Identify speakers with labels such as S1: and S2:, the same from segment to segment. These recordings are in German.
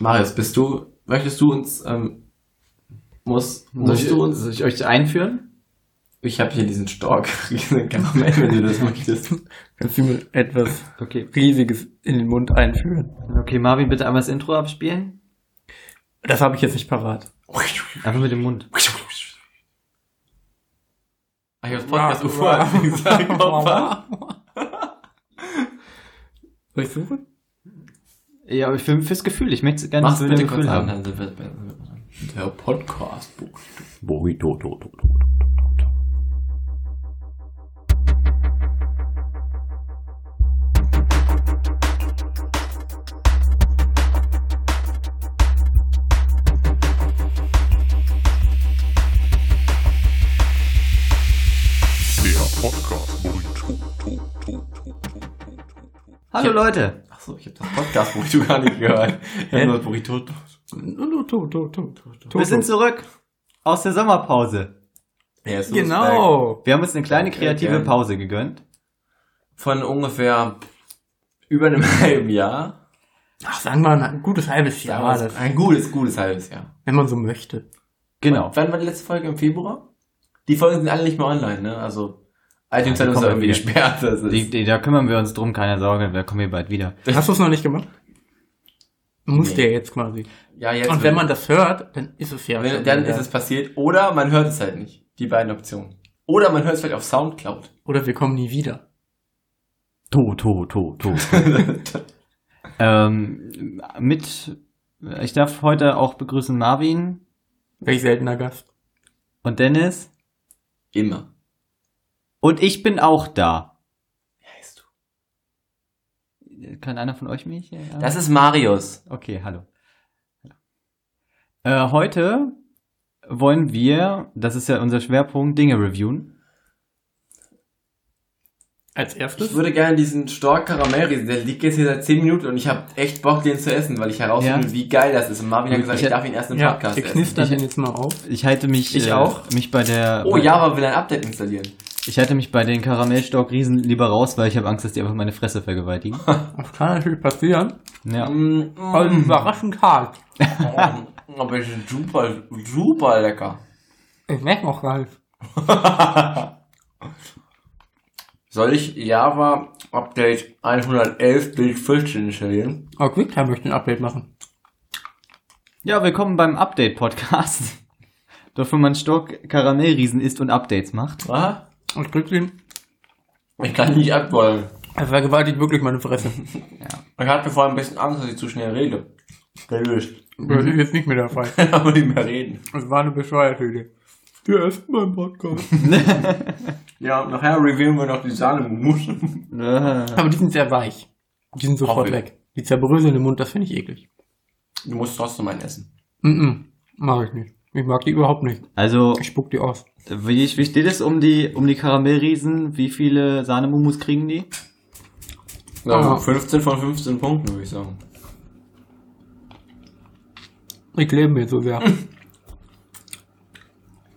S1: Marius, bist du, möchtest du uns, ähm, muss,
S2: Soll ich,
S1: musst du uns,
S2: soll ich euch einführen?
S1: ich habe hier diesen Stork, den kann man wenn du das möchtest.
S3: Kannst du mir etwas
S2: Okay.
S3: Riesiges in den Mund einführen?
S2: Okay, Marvin, bitte einmal das Intro abspielen.
S3: Das habe ich jetzt nicht parat.
S2: Einfach mit dem Mund.
S1: Ah, Ich hab's
S3: Ah,
S1: Podcast UFO gesagt, Papa.
S3: Soll ich suchen?
S2: Ja, aber für, fürs Gefühl. Ich möchte es gerne
S1: Mach's
S2: für
S1: bitte
S2: ein
S1: kurz an, dann sind wir bei- Der Podcast.
S4: Burrito, to, to, to.
S2: Hallo Leute.
S1: Achso, ich hab das Podcast Burrito gar nicht gehört. Ich hab nur das Burrito.
S3: To, to, to, to, to.
S2: Wir sind zurück aus der Sommerpause.
S1: Ja, ist so respekt.
S3: Genau.
S2: Wir haben uns eine kleine
S1: Okay,
S2: kreative
S1: gerne.
S2: Pause gegönnt.
S1: Von ungefähr über einem halben Jahr.
S3: Ach, sagen wir mal ein gutes halbes Jahr war das,
S1: ein gutes, gutes halbes Jahr.
S3: wenn man so möchte.
S2: Genau.
S1: Wann war die letzte Folge? Im Februar? Die Folgen sind alle nicht mehr online, ne? Also, iTunes
S2: Ja,
S1: hat
S2: die
S1: uns da
S2: kommen
S1: irgendwie
S2: wieder.
S1: gesperrt. Das ist,
S2: Die, die, da kümmern wir uns drum, keine Sorge. Wir kommen hier bald wieder.
S3: Hast du es noch nicht gemacht? Muss
S1: Nee.
S3: der jetzt quasi.
S1: ja, jetzt.
S3: Und wenn man das hört, dann ist es ja.
S1: wenn,
S3: schon
S1: dann
S3: wieder.
S1: ist es passiert. Oder man hört es halt nicht. Die beiden Optionen. Oder man hört es vielleicht auf Soundcloud.
S3: Oder wir kommen nie wieder.
S2: To, to, to, to. ähm, mit, ich darf heute auch begrüßen Marvin
S3: Welch seltener Gast.
S2: und Dennis.
S1: Immer.
S2: Und ich bin auch da.
S1: Wie heißt du?
S2: Kann einer von euch mich? Ja.
S1: Das ist Marius.
S2: Okay, hallo. Äh, heute wollen wir, das ist ja unser Schwerpunkt, Dinge reviewen.
S3: Als
S1: Ich
S3: erstes.
S1: würde gerne diesen Stork Karamell riesen. Der liegt jetzt hier seit 10 Minuten und ich habe echt Bock, den zu essen, weil ich herausfinde,
S2: Ja.
S1: wie geil das ist. Und Marvin hat
S2: Ich-
S1: gesagt,
S2: ich-
S1: ich, darf ihn erst im
S3: ja,
S1: Podcast
S3: wir
S1: essen.
S3: knistern
S2: Ich-
S3: den jetzt mal auf.
S2: Ich halte mich,
S3: Ich
S2: äh,
S3: auch.
S2: mich bei der,
S1: Oh, Java will ein Update installieren.
S2: ich halte mich bei den Karamellstock-Riesen lieber raus, weil ich habe Angst, dass die einfach meine Fresse vergewaltigen.
S3: Das kann natürlich passieren.
S2: ja.
S1: Mm, mm.
S3: Aber überraschend hart.
S1: Oh, aber es ist super, super lecker.
S3: Ich merke auch Ralf.
S1: Soll ich Java Update 111 Bild 15 installieren?
S3: Aber QuickTime möchte ein Update machen.
S2: ja, willkommen beim Update-Podcast. Dort, wo man Stock Karamellriesen isst und Updates macht.
S1: Aha.
S3: Und Glückwin,
S1: Ich kann nicht abwollen.
S3: er vergewaltigt wirklich meine Fresse.
S1: Ich hatte vor allem ein bisschen Angst, dass ich zu schnell rede. Der löst.
S3: Das ist jetzt nicht mehr der Fall.
S1: Dann kann man nicht mehr reden.
S3: Das war eine bescheuerte Idee. Wir essen meinen Podcast.
S1: Ja, und nachher reviewen wir noch die Sahnemus.
S2: Äh,
S3: Aber die sind sehr weich. Die sind sofort
S1: Hoffe ich.
S3: weg. Die zerbröseln im Mund, das finde ich eklig.
S1: Du musst trotzdem einen essen.
S3: Mhm. Mag ich nicht. Ich mag die überhaupt nicht.
S2: also,
S3: Ich spuck die aus.
S2: wie, wie steht es um die, um die Karamellriesen? Wie viele Sahnemumus kriegen die?
S1: Also
S3: Ah.
S1: 15 von 15 Punkten, würde ich sagen.
S3: Ich lebe mir so sehr.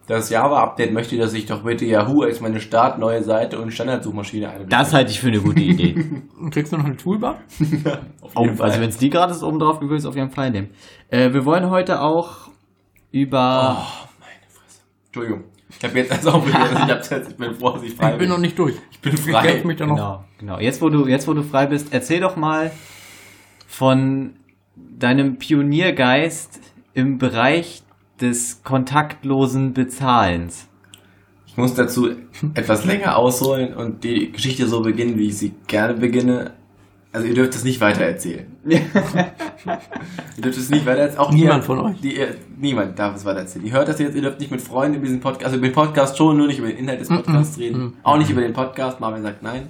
S1: Das Java-Update möchte, dass ich doch bitte Yahoo als meine startneue Seite und Standardsuchmaschine einbinde.
S2: Das halte ich für eine gute Idee.
S3: Und kriegst du noch eine Toolbar?
S1: Auf
S2: oh,
S1: jeden Fall.
S2: also wenn es die gerade ist, oben drauf gibt, würde ich es auf jeden Fall nehmen. Äh, wir wollen heute auch über...
S1: Oh, Entschuldigung. Ich habe jetzt also auch begriffen, ich, hab's jetzt, ich bin vorsichtig frei.
S3: Ich bin noch nicht durch.
S1: ich bin
S3: Ich kämpfe
S1: frei.
S3: mich da noch.
S2: genau, genau. Jetzt wo, du, jetzt, wo du frei bist, erzähl doch mal von deinem Pioniergeist im Bereich des kontaktlosen Bezahlens.
S1: Ich muss dazu etwas länger ausholen und die Geschichte so beginnen, wie ich sie gerne beginne. Also ihr dürft es nicht weiter erzählen. Ihr dürft es nicht weiter erzählen. Auch
S3: Niemand
S1: ihr,
S3: von euch.
S1: Die, ihr, niemand darf es weiter erzählen. Ihr hört das jetzt, ihr dürft nicht mit Freunden über diesen Podcast, also über den Podcast schon, nur nicht über den Inhalt des Podcasts
S3: Mm-mm.
S1: reden.
S3: Mm.
S1: Auch nicht über den Podcast. Marvin sagt nein.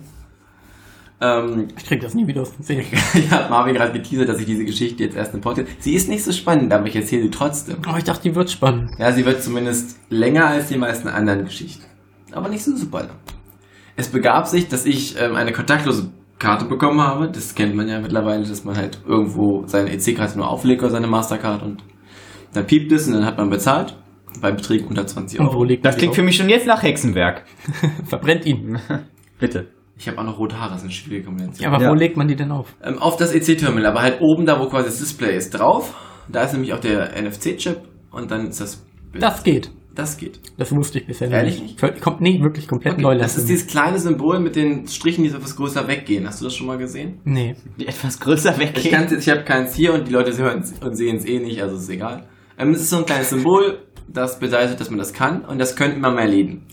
S1: Ähm,
S3: Ich krieg das nie wieder aus den Zähnen.
S1: ich habe Marvin gerade geteasert, dass ich diese Geschichte jetzt erst im Podcast... Sie ist nicht so spannend, aber ich erzähle sie trotzdem.
S3: Aber ich dachte, die wird spannend.
S1: Ja, sie wird zumindest länger als die meisten anderen Geschichten. Aber nicht so super lang. Es begab sich, dass ich ähm, eine kontaktlose Karte bekommen habe. Das kennt man ja mittlerweile, dass man halt irgendwo seine EC-Karte nur auflegt oder seine Mastercard und dann piept es und dann hat man bezahlt. Bei Beträgen unter 20
S3: Und wo
S1: Euro.
S3: liegt
S2: Das klingt für mich schon jetzt nach Hexenwerk.
S3: Verbrennt ihn.
S2: Bitte.
S1: Ich habe auch noch rote Haare, das ist eine schwierige Kombination.
S3: Ja, aber
S4: Ja.
S3: wo legt man die denn auf?
S1: Ähm, auf das EC-Terminal, aber halt oben da, wo quasi das Display ist, drauf. Da ist nämlich auch der NFC-Chip und dann ist das Bild.
S3: Das geht.
S1: Das geht.
S3: Das wusste ich bisher
S1: Ehrlich
S3: nicht. Völ- Kom nee, wirklich komplett neu
S1: Das
S3: lassen.
S1: ist dieses kleine Symbol mit den Strichen, die so etwas größer weggehen. Hast du das schon mal gesehen?
S3: nee.
S4: Die etwas größer
S1: Ich,
S4: weggehen.
S1: kann's- ich habe keins hier und die Leute hören und sehen es eh nicht, also ist egal. Ähm, es ist so ein kleines Symbol, das bedeutet, dass man das kann und das können immer mehr Läden.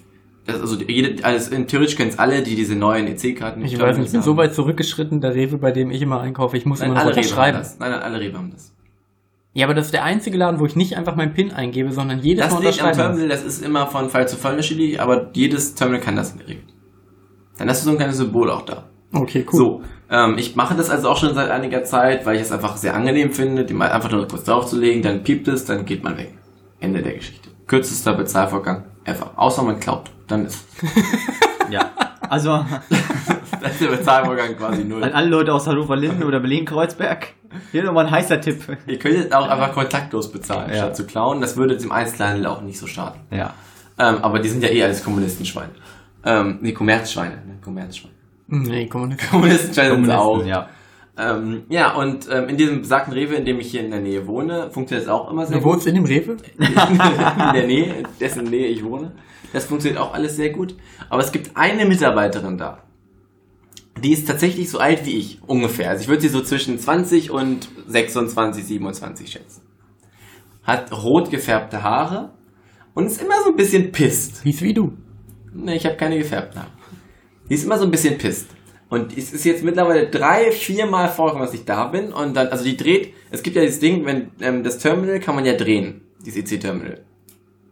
S1: Das, also jede, alles, in theoretisch können es alle, die diese neuen EC-Karten
S3: Ich weiß nicht, ich bin
S1: haben.
S3: so weit zurückgeschritten, der Rewe, bei dem ich immer einkaufe, ich muss
S1: Nein,
S3: immer noch
S1: alle Rewe haben
S3: unterschreiben.
S1: das. Nein, nein, alle Rewe haben das.
S3: Ja, aber das ist der einzige Laden, wo ich nicht einfach meinen PIN eingebe, sondern jedes
S1: Das
S3: Mal
S1: liegt am
S3: unterschreiben muss.
S1: Terminal, das ist immer von Fall zu Fall unterschiedlich, aber jedes Terminal kann das in der Regel. Dann hast du so ein kleines Symbol auch da.
S3: Okay, cool.
S1: So, ähm, ich mache das also auch schon seit einiger Zeit, weil ich es einfach sehr angenehm finde, die mal einfach nur kurz draufzulegen, dann piept es, dann geht man weg. Ende der Geschichte. Kürzester Bezahlvorgang ever. Außer man klaut. Dann ist,
S4: Ja. Also an
S1: dann ist der Bezahlvorgang quasi null.
S4: alle Leute aus Hannover-Linden oder Berlin-Kreuzberg. Hier nochmal ein heißer Tipp.
S1: Ihr könntet auch einfach kontaktlos bezahlen,
S4: Ja.
S1: statt zu klauen. Das würde dem Einzelhandel auch nicht so schaden.
S4: Ja.
S1: Ähm, aber die sind ja eh alles Kommunistenschweine. Ähm, nee, Kommerzschweine. Ne? Kommerzschweine.
S3: Hm, Nee, komm nicht.
S1: Kommunistenschweine sind
S4: Kommunisten,
S1: auch.
S4: ja.
S1: Ähm, ja, und ähm, in diesem besagten Rewe, in dem ich hier in der Nähe wohne, funktioniert es auch immer sehr
S3: Du
S1: gut.
S3: wohnst in dem Rewe?
S1: in der Nähe, dessen Nähe ich wohne. Das funktioniert auch alles sehr gut. Aber es gibt eine Mitarbeiterin da. Die ist tatsächlich so alt wie ich, ungefähr. Also ich würde sie so zwischen 20 und 26, 27 schätzen. Hat rot gefärbte Haare und ist immer so ein bisschen pisst.
S3: Hieß wie du.
S1: Ne, ich habe keine gefärbten Haare. Die ist immer so ein bisschen pisst. Und es ist jetzt mittlerweile drei, viermal vorgekommen, dass ich da bin. Und dann, also die dreht, es gibt ja dieses Ding, wenn ähm, das Terminal kann man ja drehen, dieses E EC-Terminal.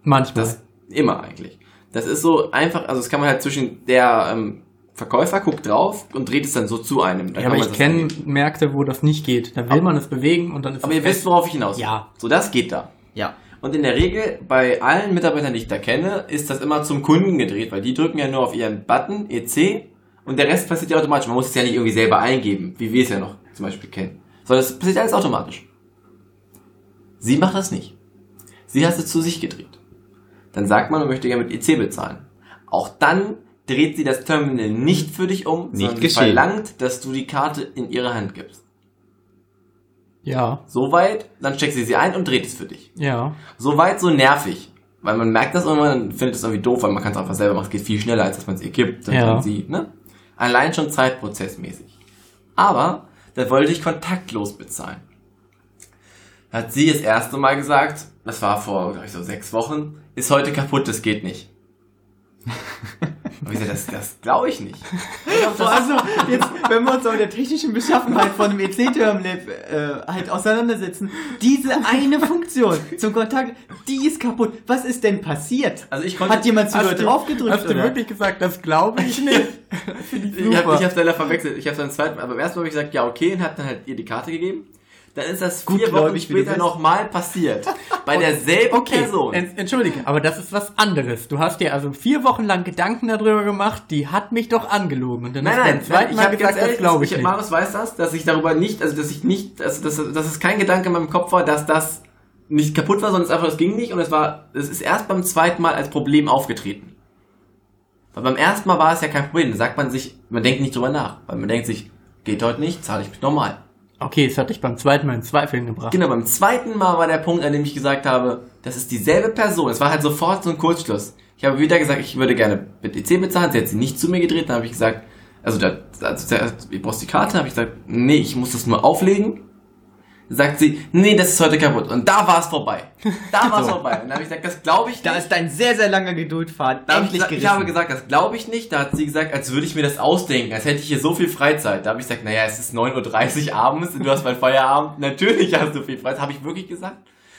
S3: Manchmal.
S1: Das immer eigentlich. Das ist so einfach, also das kann man halt zwischen der ähm, Verkäufer guckt drauf und dreht es dann so zu einem. Dann
S3: ja,
S1: kann
S3: aber
S1: man
S3: ich
S1: das
S3: kenne
S1: anlegen.
S3: Märkte, wo das nicht geht. Da will
S1: Aber-
S3: man es bewegen und dann ist
S1: Aber
S3: es
S1: ihr wisst, worauf ich hinaus will.
S3: Ja.
S1: So, das geht da.
S4: Ja.
S1: Und in der Regel, bei allen Mitarbeitern, die ich da kenne, ist das immer zum Kunden gedreht, weil die drücken ja nur auf ihren Button, EC, und der Rest passiert ja automatisch. Man muss es ja nicht irgendwie selber eingeben, wie wir es ja noch zum Beispiel kennen. Sondern es passiert alles automatisch. Sie macht das nicht. Sie hat es zu sich gedreht. Dann sagt man, man möchte gerne mit EC bezahlen. Auch dann dreht sie das Terminal nicht für dich um,
S4: Nicht
S1: sondern
S4: geschehen.
S1: verlangt, dass du die Karte in ihre Hand gibst.
S3: Ja,
S1: Soweit, dann steckt sie sie ein und dreht es für dich.
S3: ja.
S1: Soweit so nervig. Weil man merkt das irgendwann und findet es irgendwie doof, weil man kann es einfach selber machen. Es geht viel schneller, als dass man es ihr gibt. Dann
S3: Ja.
S1: kann sie, ne? Allein schon zeitprozessmäßig. Aber da wollte ich kontaktlos bezahlen. Da Hat sie das erste Mal gesagt, das war vor, glaube ich, so sechs Wochen, ist heute kaputt, das geht nicht. Und ich so, das, das glaube ich nicht.
S4: Also, jetzt, wenn wir uns aber mit der technischen Beschaffenheit von einem EC-Terminal äh, halt auseinandersetzen, diese eine Funktion zum Kontakt, die ist kaputt. Was ist denn passiert?
S1: Also ich konnte-
S4: Hat jemand zu
S1: Hast
S4: doll
S1: du-
S4: draufgedrückt?
S3: Hast du
S4: oder?
S3: wirklich gesagt, das glaube ich nicht?
S1: Ich habe ich hab's leider verwechselt. Ich habe dann zweiten, aber beim ersten Mal habe ich gesagt, ja okay, und habe dann halt ihr die Karte gegeben. Dann ist das vier Wochen
S4: Gutgläubig, wie du
S1: später
S4: bist.
S1: nochmal passiert. Bei derselben
S3: Okay,
S1: Person.
S3: en- entschuldige, aber das ist was anderes. Du hast dir also vier Wochen lang Gedanken darüber gemacht, die hat mich doch angelogen. Und dann
S1: Nein,
S3: hast du
S1: nein,
S3: beim zweiten
S1: ich
S3: Mal
S1: habe
S3: gesagt,
S1: ganz
S3: das
S1: ehrlich,
S3: glaube ich,
S1: ich,
S3: nicht.
S1: Marius weiß das, dass ich darüber nicht, also dass ich nicht, also dass, dass es kein Gedanke in meinem Kopf war, dass das nicht kaputt war, sondern es einfach, es ging nicht und es war, es ist erst beim zweiten Mal als Problem aufgetreten. Weil beim ersten Mal war es ja kein Problem, da sagt man sich, man denkt nicht drüber nach, weil man denkt sich, geht heute nicht, zahle ich mich normal.
S3: Okay, es hat dich beim zweiten Mal in Zweifeln gebracht.
S1: Genau, beim zweiten Mal war der Punkt, an dem ich gesagt habe, das ist dieselbe Person. Es war halt sofort so ein Kurzschluss. Ich habe wieder gesagt, ich würde gerne mit EC bezahlen. Sie hat sie nicht zu mir gedreht. Dann habe ich gesagt, also, da, also da- ihr braucht die Karte. habe ich gesagt, nee, ich muss das nur auflegen. Sagt sie, nee, das ist heute kaputt. Und da war es vorbei. Da war es vorbei. Und dann habe ich gesagt, das glaube ich nicht.
S4: Da ist dein sehr, sehr langer Geduldpfad
S1: Da hab ich,
S4: endlich
S1: gesagt-
S4: gerissen.
S1: ich habe gesagt, das glaube ich nicht. Da hat sie gesagt, als würde ich mir das ausdenken, als hätte ich hier so viel Freizeit. Da habe ich gesagt, naja, es ist 9.30 Uhr abends und du hast bald Feierabend. Natürlich hast du viel Freizeit, habe ich wirklich gesagt.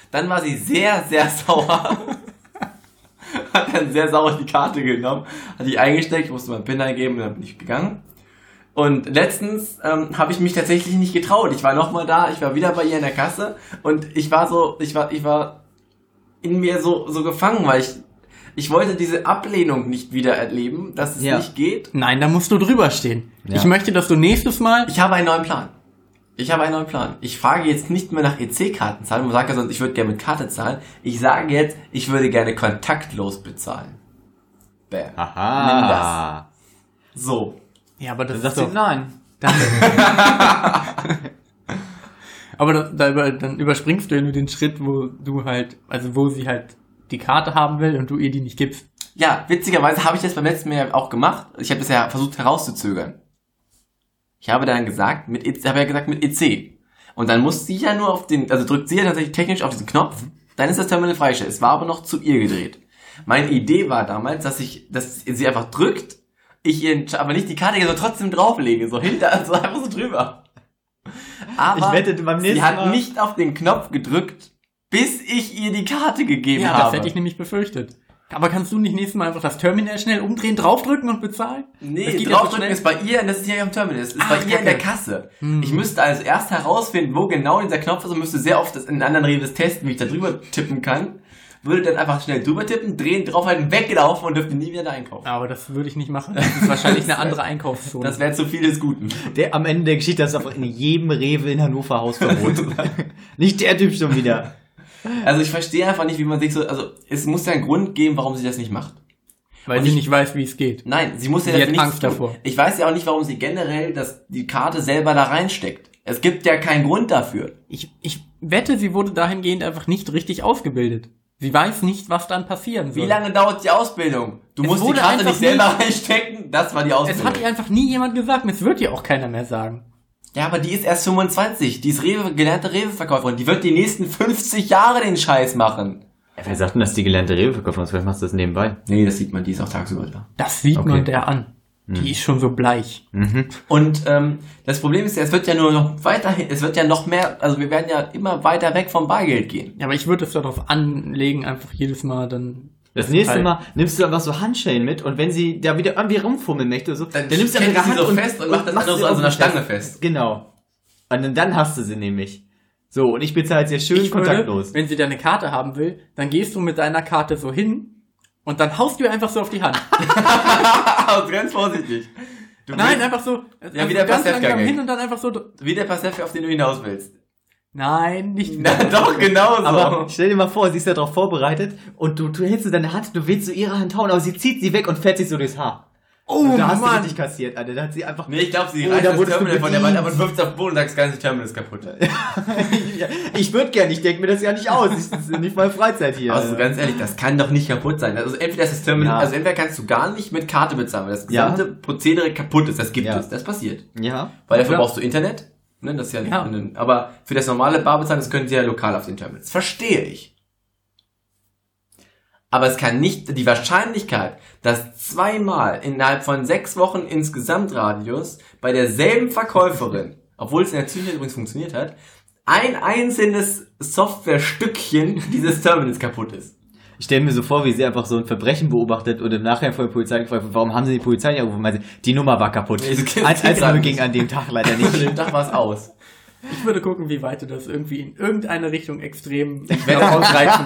S1: Dann war sie sehr, sehr sauer. hat dann sehr sauer die Karte genommen, hat die eingesteckt, musste meinen PIN eingeben und dann bin ich gegangen. Und letztens ähm, habe ich mich tatsächlich nicht getraut. Ich war nochmal da, ich war wieder bei ihr in der Kasse und ich war so, ich war, ich war in mir so, so gefangen, weil ich, ich wollte diese Ablehnung nicht wieder erleben, dass es
S4: Ja.
S1: nicht geht.
S3: Nein, da musst du drüber stehen.
S4: Ja.
S3: Ich möchte, dass du nächstes Mal...
S1: Ich habe einen neuen Plan. Ich habe einen neuen Plan. Ich frage jetzt nicht mehr nach EC-Karten zahlen, man sagt ja sonst, ich würde gerne mit Karte zahlen. Ich sage jetzt, ich würde gerne kontaktlos bezahlen. Bam.
S4: Aha.
S1: So.
S3: Ja, aber das
S4: Dann
S3: ist
S4: sagt sie,
S3: doch...
S4: nein.
S3: Aber da, da über, dann überspringst du ja nur den Schritt, wo du halt, also wo sie halt die Karte haben will und du ihr die nicht gibst.
S1: Ja, witzigerweise habe ich das beim letzten Mal ja auch gemacht. Ich habe das ja versucht herauszuzögern. Ich habe dann gesagt, mit EC, habe ja gesagt mit EC. Und dann muss sie ja nur auf den, also drückt sie ja tatsächlich technisch auf diesen Knopf, dann ist das Terminal freigestellt. Es war aber noch zu ihr gedreht. Meine Idee war damals, dass ich, dass sie einfach drückt, ich ihr aber nicht die Karte so trotzdem drauflege, so hinter, also einfach so drüber. Aber
S4: Ich wette, beim nächsten
S1: sie hat
S4: Mal-
S1: nicht auf den Knopf gedrückt, bis ich ihr die Karte gegeben
S3: Ja,
S1: habe.
S3: das hätte ich nämlich befürchtet. Aber kannst du nicht nächstes Mal einfach das Terminal schnell umdrücken, draufdrücken und bezahlen? Das
S1: Nee,
S3: geht ja so
S1: draufdrücken
S3: schnell.
S1: ist bei ihr, das ist ja am Terminal, das ist
S3: Ach,
S1: bei ihr in der
S3: Kacke.
S1: Kasse.
S3: Hm.
S1: Ich müsste also erst herausfinden, wo genau dieser Knopf ist und müsste sehr oft das in anderen Redes testen, wie ich da drüber tippen kann. Würde dann einfach schnell drüber tippen, drehen, draufhalten, weggelaufen und dürfte nie wieder da einkaufen.
S3: Aber das würde ich nicht machen. Das ist wahrscheinlich eine andere Einkaufszone.
S1: Das wäre zu viel des Guten.
S4: Der, am Ende der Geschichte ist auch in jedem Rewe in Hannover Hausverbot. nicht der Typ schon wieder.
S1: Also ich verstehe einfach nicht, wie man sich so, also es muss ja einen Grund geben, warum sie das nicht macht.
S3: weil sie nicht weiß, wie es geht.
S1: Nein, sie muss ja
S3: Sie
S1: dafür
S3: hat
S1: nichts
S3: Angst
S1: tun.
S3: davor.
S1: Ich weiß ja auch nicht, warum sie generell das, die Karte selber da reinsteckt. Es gibt ja keinen Grund dafür.
S3: Ich, ich wette, sie wurde dahingehend einfach nicht richtig ausgebildet. Sie weiß nicht, was dann passieren soll.
S1: Wie lange dauert die Ausbildung? Du
S3: Es
S1: musst die
S3: wurde
S1: Karte
S3: einfach
S1: nicht selber
S3: nie-
S1: reinstecken. Das war die
S3: Es
S1: Ausbildung.
S3: hat ihr einfach nie jemand gesagt und es wird ihr auch keiner mehr sagen.
S1: ja, aber die ist erst 25. Die ist Rewe, gelernte Rewe-Verkäuferin. Die wird die nächsten 50 Jahre den Scheiß machen.
S2: Wer sagt denn, dass die gelernte Rewe-Verkäuferin ist? Vielleicht machst du das nebenbei.
S1: Nee, das sieht man. Die ist auch tagsüber da.
S3: Das sieht
S2: Okay.
S3: man der an. Die ist schon so bleich.
S1: Und ähm, das Problem ist ja, es wird ja nur noch weiterhin, es wird ja noch mehr, also wir werden ja immer weiter weg vom Bargeld gehen.
S3: Ja, aber ich würde es darauf anlegen, einfach jedes Mal dann.
S2: Das nächste
S3: Teil.
S2: Mal nimmst du einfach so Handschellen mit und wenn sie da wieder irgendwie rumfummeln möchte, so, dann, nimmst du
S1: klemmt
S2: einfach
S1: sie
S2: ihre
S1: so fest und macht das
S2: machst
S1: andere
S2: sie
S1: so an so einer
S2: irgendwie
S1: Stange fest.
S2: Genau. Und dann, dann hast du sie nämlich. So, und ich bezahle es ihr schön kontaktlos.
S3: wenn sie deine Karte haben will, dann gehst du mit deiner Karte so hin und dann haust du ihr einfach so auf die Hand.
S1: Ah, ganz vorsichtig. Du
S3: Nein, einfach so. also
S1: wie der
S3: ganz
S1: Pastewka
S3: langsam
S1: Gag.
S3: hin und dann einfach so. dr-
S1: Wie der Passeff, auf den du hinaus willst.
S3: Nein, nicht
S1: Na doch, genau so.
S2: Aber stell dir mal vor, sie ist da drauf vorbereitet und du, du hältst so deine Hand, du willst so ihre Hand hauen, aber sie zieht sie weg und fährt sich so durchs Haar.
S3: Oh
S1: Also
S2: und da hast du
S3: Mann.
S2: richtig kassiert, Alter. Da hat sie einfach...
S1: Nee, ich glaube, sie
S2: Oh,
S1: reißt
S2: da
S1: das
S2: wurdest du
S1: Terminal von der Wand
S2: bedient.
S1: ab und wirft es auf den Boden und sagt, das ganze Terminal ist kaputt.
S2: Ja, ich würde gerne, ich denke mir das ja nicht aus. Ich, das ist nicht mal Freizeit hier.
S1: Also
S2: Alter.
S1: ganz ehrlich, das kann doch nicht kaputt sein. Also entweder ist das Terminal,
S2: Ja.
S1: also entweder kannst du gar nicht mit Karte bezahlen, weil das
S2: Ja.
S1: gesamte Prozedere kaputt ist. Das gibt
S2: Ja.
S1: es, das passiert.
S2: Ja.
S1: Weil dafür
S3: Ja.
S1: brauchst du Internet. Ne, das ist ja,
S3: Ja.
S1: ne, Aber für das normale Barbezahlen, das können sie ja lokal auf den Terminals. Verstehe ich. Aber es kann nicht die Wahrscheinlichkeit, dass zweimal innerhalb von sechs Wochen insgesamt Radius bei derselben Verkäuferin, obwohl es in der Zwischenzeit übrigens funktioniert hat, ein einzelnes Softwarestückchen dieses Terminals kaputt ist.
S2: Ich stelle mir so vor, wie sie einfach so ein Verbrechen beobachtet und im Nachhinein vor der Polizei gefragt wird, warum haben sie die Polizei nicht angerufen? Weil sie, die Nummer war kaputt.
S1: Nee, das
S2: Als
S1: geht-
S2: als
S1: das geht
S2: Nummer
S1: nicht.
S2: ging an dem Tag leider
S1: An
S2: nicht.
S1: dem Tag war es aus.
S3: Ich würde gucken, wie weit du das irgendwie in irgendeine Richtung extrem
S1: Wenn
S3: noch ausreizen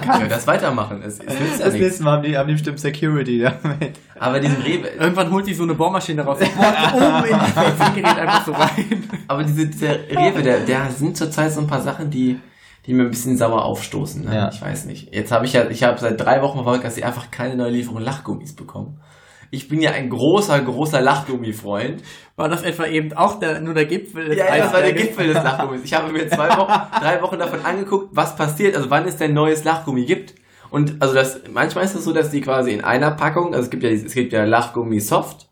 S1: kann,
S3: kannst.
S1: wir das weitermachen. Es, es nützt ja
S2: Das
S1: nichts.
S2: nächste Mal haben die, haben die bestimmt Security damit.
S1: Aber diesen Rewe,
S3: Irgendwann holt sie so eine Bohrmaschine raus und bohrt oben in das PC-Gerät einfach so rein.
S1: Aber diese, dieser Rewe, der, der sind zurzeit so ein paar Sachen, die, die mir ein bisschen sauer aufstoßen. Ne?
S2: Ja.
S1: Ich weiß nicht. Jetzt habe ich ja, ich habe seit drei Wochen verfolgt, dass sie einfach keine neue Lieferung Lachgummis bekommen. Ich bin ja ein großer, großer Lachgummi-Freund.
S3: War das etwa eben auch der, nur der Gipfel des
S1: Ja, ja, das war der
S3: Eisberges?
S1: Gipfel des Lachgummis. Ich habe mir zwei Wochen, drei Wochen davon angeguckt, was passiert, also wann es denn neues Lachgummi gibt. Und also das, manchmal ist es so, dass die quasi in einer Packung, also es gibt ja, es gibt ja Lachgummi Soft.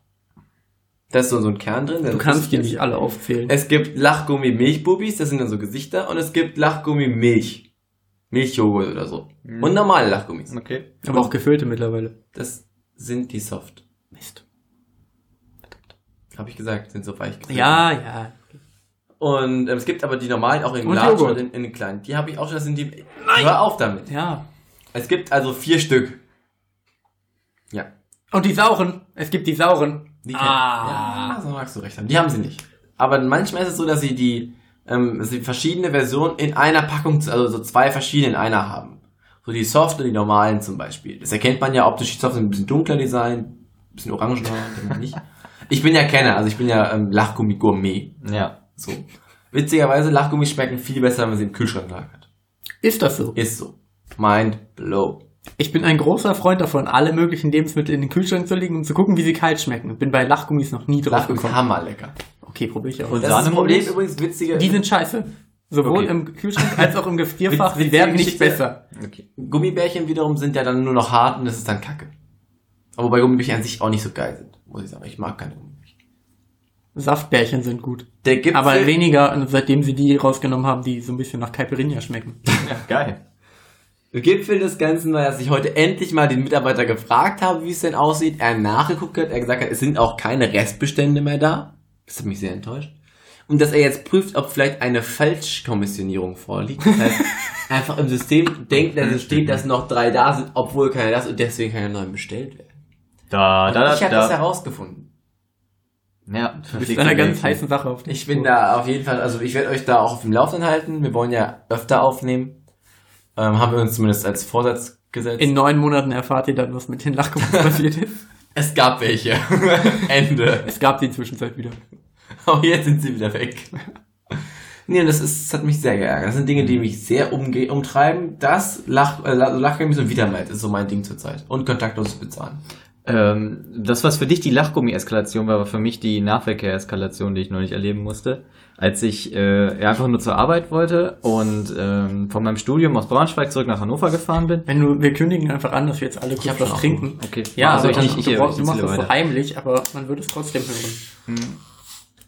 S1: Da ist so, so ein Kern drin. der
S3: Du kannst die
S1: flüssig ist.
S3: nicht alle aufzählen.
S1: Es gibt Lachgummi-Milchbubis, das sind dann so Gesichter, und es gibt Lachgummi-Milch. Milchjoghurt oder so.
S3: Mhm.
S1: Und normale Lachgummis.
S2: Okay.
S3: Aber auch gefüllte mittlerweile.
S1: Das sind die Soft.
S3: Mist.
S1: Habe ich gesagt, sind so weich. gefüllt.
S3: Ja, ja.
S1: Und ähm, es gibt aber die normalen auch in
S3: Und
S1: Large
S3: Joghurt.
S1: oder in, in klein. Die habe ich auch schon, das sind die. Nein! Hör auf damit.
S3: Ja.
S1: Es gibt also vier Stück. Ja.
S3: Und die sauren. Es gibt die sauren.
S1: Die
S3: ah.
S1: Ja, so magst du recht haben. Die haben sie nicht. Aber manchmal ist es so, dass sie die, ähm, dass sie verschiedene Versionen in einer Packung, also so zwei verschiedene in einer haben. So die Soft und die normalen zum Beispiel. Das erkennt man ja optisch. Die Soft sind ein bisschen dunkler Design, ein bisschen orangener, kennt man nicht. Ich bin ja Kenner, also ich bin ja ähm, Lachgummi-Gourmet.
S2: Ja.
S1: So. Witzigerweise, Lachgummis schmecken viel besser, wenn man sie im Kühlschrank lagert.
S3: Ist das so?
S1: Ist so. Mind blow.
S3: Ich bin ein großer Freund davon, alle möglichen Lebensmittel in den Kühlschrank zu legen und zu gucken, wie sie kalt schmecken. Und bin bei Lachgummis noch nie drauf
S1: Lachgummis
S3: gekommen.
S1: hammerlecker.
S3: Okay, probier ich auch.
S2: Und
S1: Das ist das Problem
S2: Sahnemulis?
S1: übrigens witziger.
S3: Die sind scheiße. Sowohl
S1: Okay.
S3: im Kühlschrank als auch im Gefrierfach.
S1: Witz-
S3: Sie werden nicht
S1: Geschichte.
S3: besser.
S1: Gummibärchen wiederum sind ja dann nur noch hart und das ist dann Kacke. Aber wobei Gummibärchen an sich auch nicht so geil sind, muss ich sagen. Ich mag keine Gummibärchen.
S3: Saftbärchen sind gut.
S1: Der Gipfel,
S3: Aber weniger, seitdem sie die rausgenommen haben, die so ein bisschen nach Caipirinha schmecken.
S2: Geil.
S1: der Gipfel des Ganzen war, dass ich heute endlich mal den Mitarbeiter gefragt habe, wie es denn aussieht. Er nachgeguckt hat, er gesagt hat, es sind auch keine Restbestände mehr da. Das hat mich sehr enttäuscht. Und dass er jetzt prüft, ob vielleicht eine Falschkommissionierung vorliegt. Das heißt, einfach im System denkt er, es steht, dass noch drei da sind, obwohl keiner da ist und deswegen keine neuen bestellt werden.
S2: Da, da, da,
S1: ich habe das
S2: da.
S1: herausgefunden.
S2: Ja,
S3: Das
S2: verstehe
S3: ist eine ganz heiße Sache auf
S1: Ich bin da auf jeden Fall, also ich werde euch da auch auf dem Laufenden halten. Wir wollen ja öfter aufnehmen. Ähm, haben wir uns zumindest als Vorsatz gesetzt.
S3: In neun Monaten erfahrt ihr dann, was mit den Lachgummis passiert ist.
S1: es gab welche. Ende.
S3: Es gab die Zwischenzeit wieder.
S1: Aber jetzt sind sie wieder weg. Nee, und das, ist, das hat mich sehr geärgert. Das sind Dinge,
S2: Mhm.
S1: die mich sehr umge umtreiben. Das Lach, äh, Lachgummis und Wiedermeid ist so mein Ding zurzeit. Und kontaktloses Bezahlen.
S2: Ähm, das, was für dich die Lachgummi-Eskalation war, war für mich die Nahverkehr-Eskalation, die ich neulich erleben musste. Als ich äh, einfach nur zur Arbeit wollte und ähm, von meinem Studium aus Braunschweig zurück nach Hannover gefahren bin.
S3: Wenn du, wir kündigen einfach an, dass wir jetzt alle kurz
S1: hab
S3: was
S1: schon auch-
S3: trinken.
S2: Okay.
S3: Ja,
S2: also
S3: aber
S2: ich
S3: dann-
S2: nicht, ich,
S3: du,
S2: ich,
S3: brauchst- du
S2: sitze
S3: machst
S2: hier
S3: das so
S2: weiter.
S3: heimlich, aber man würde es trotzdem hören.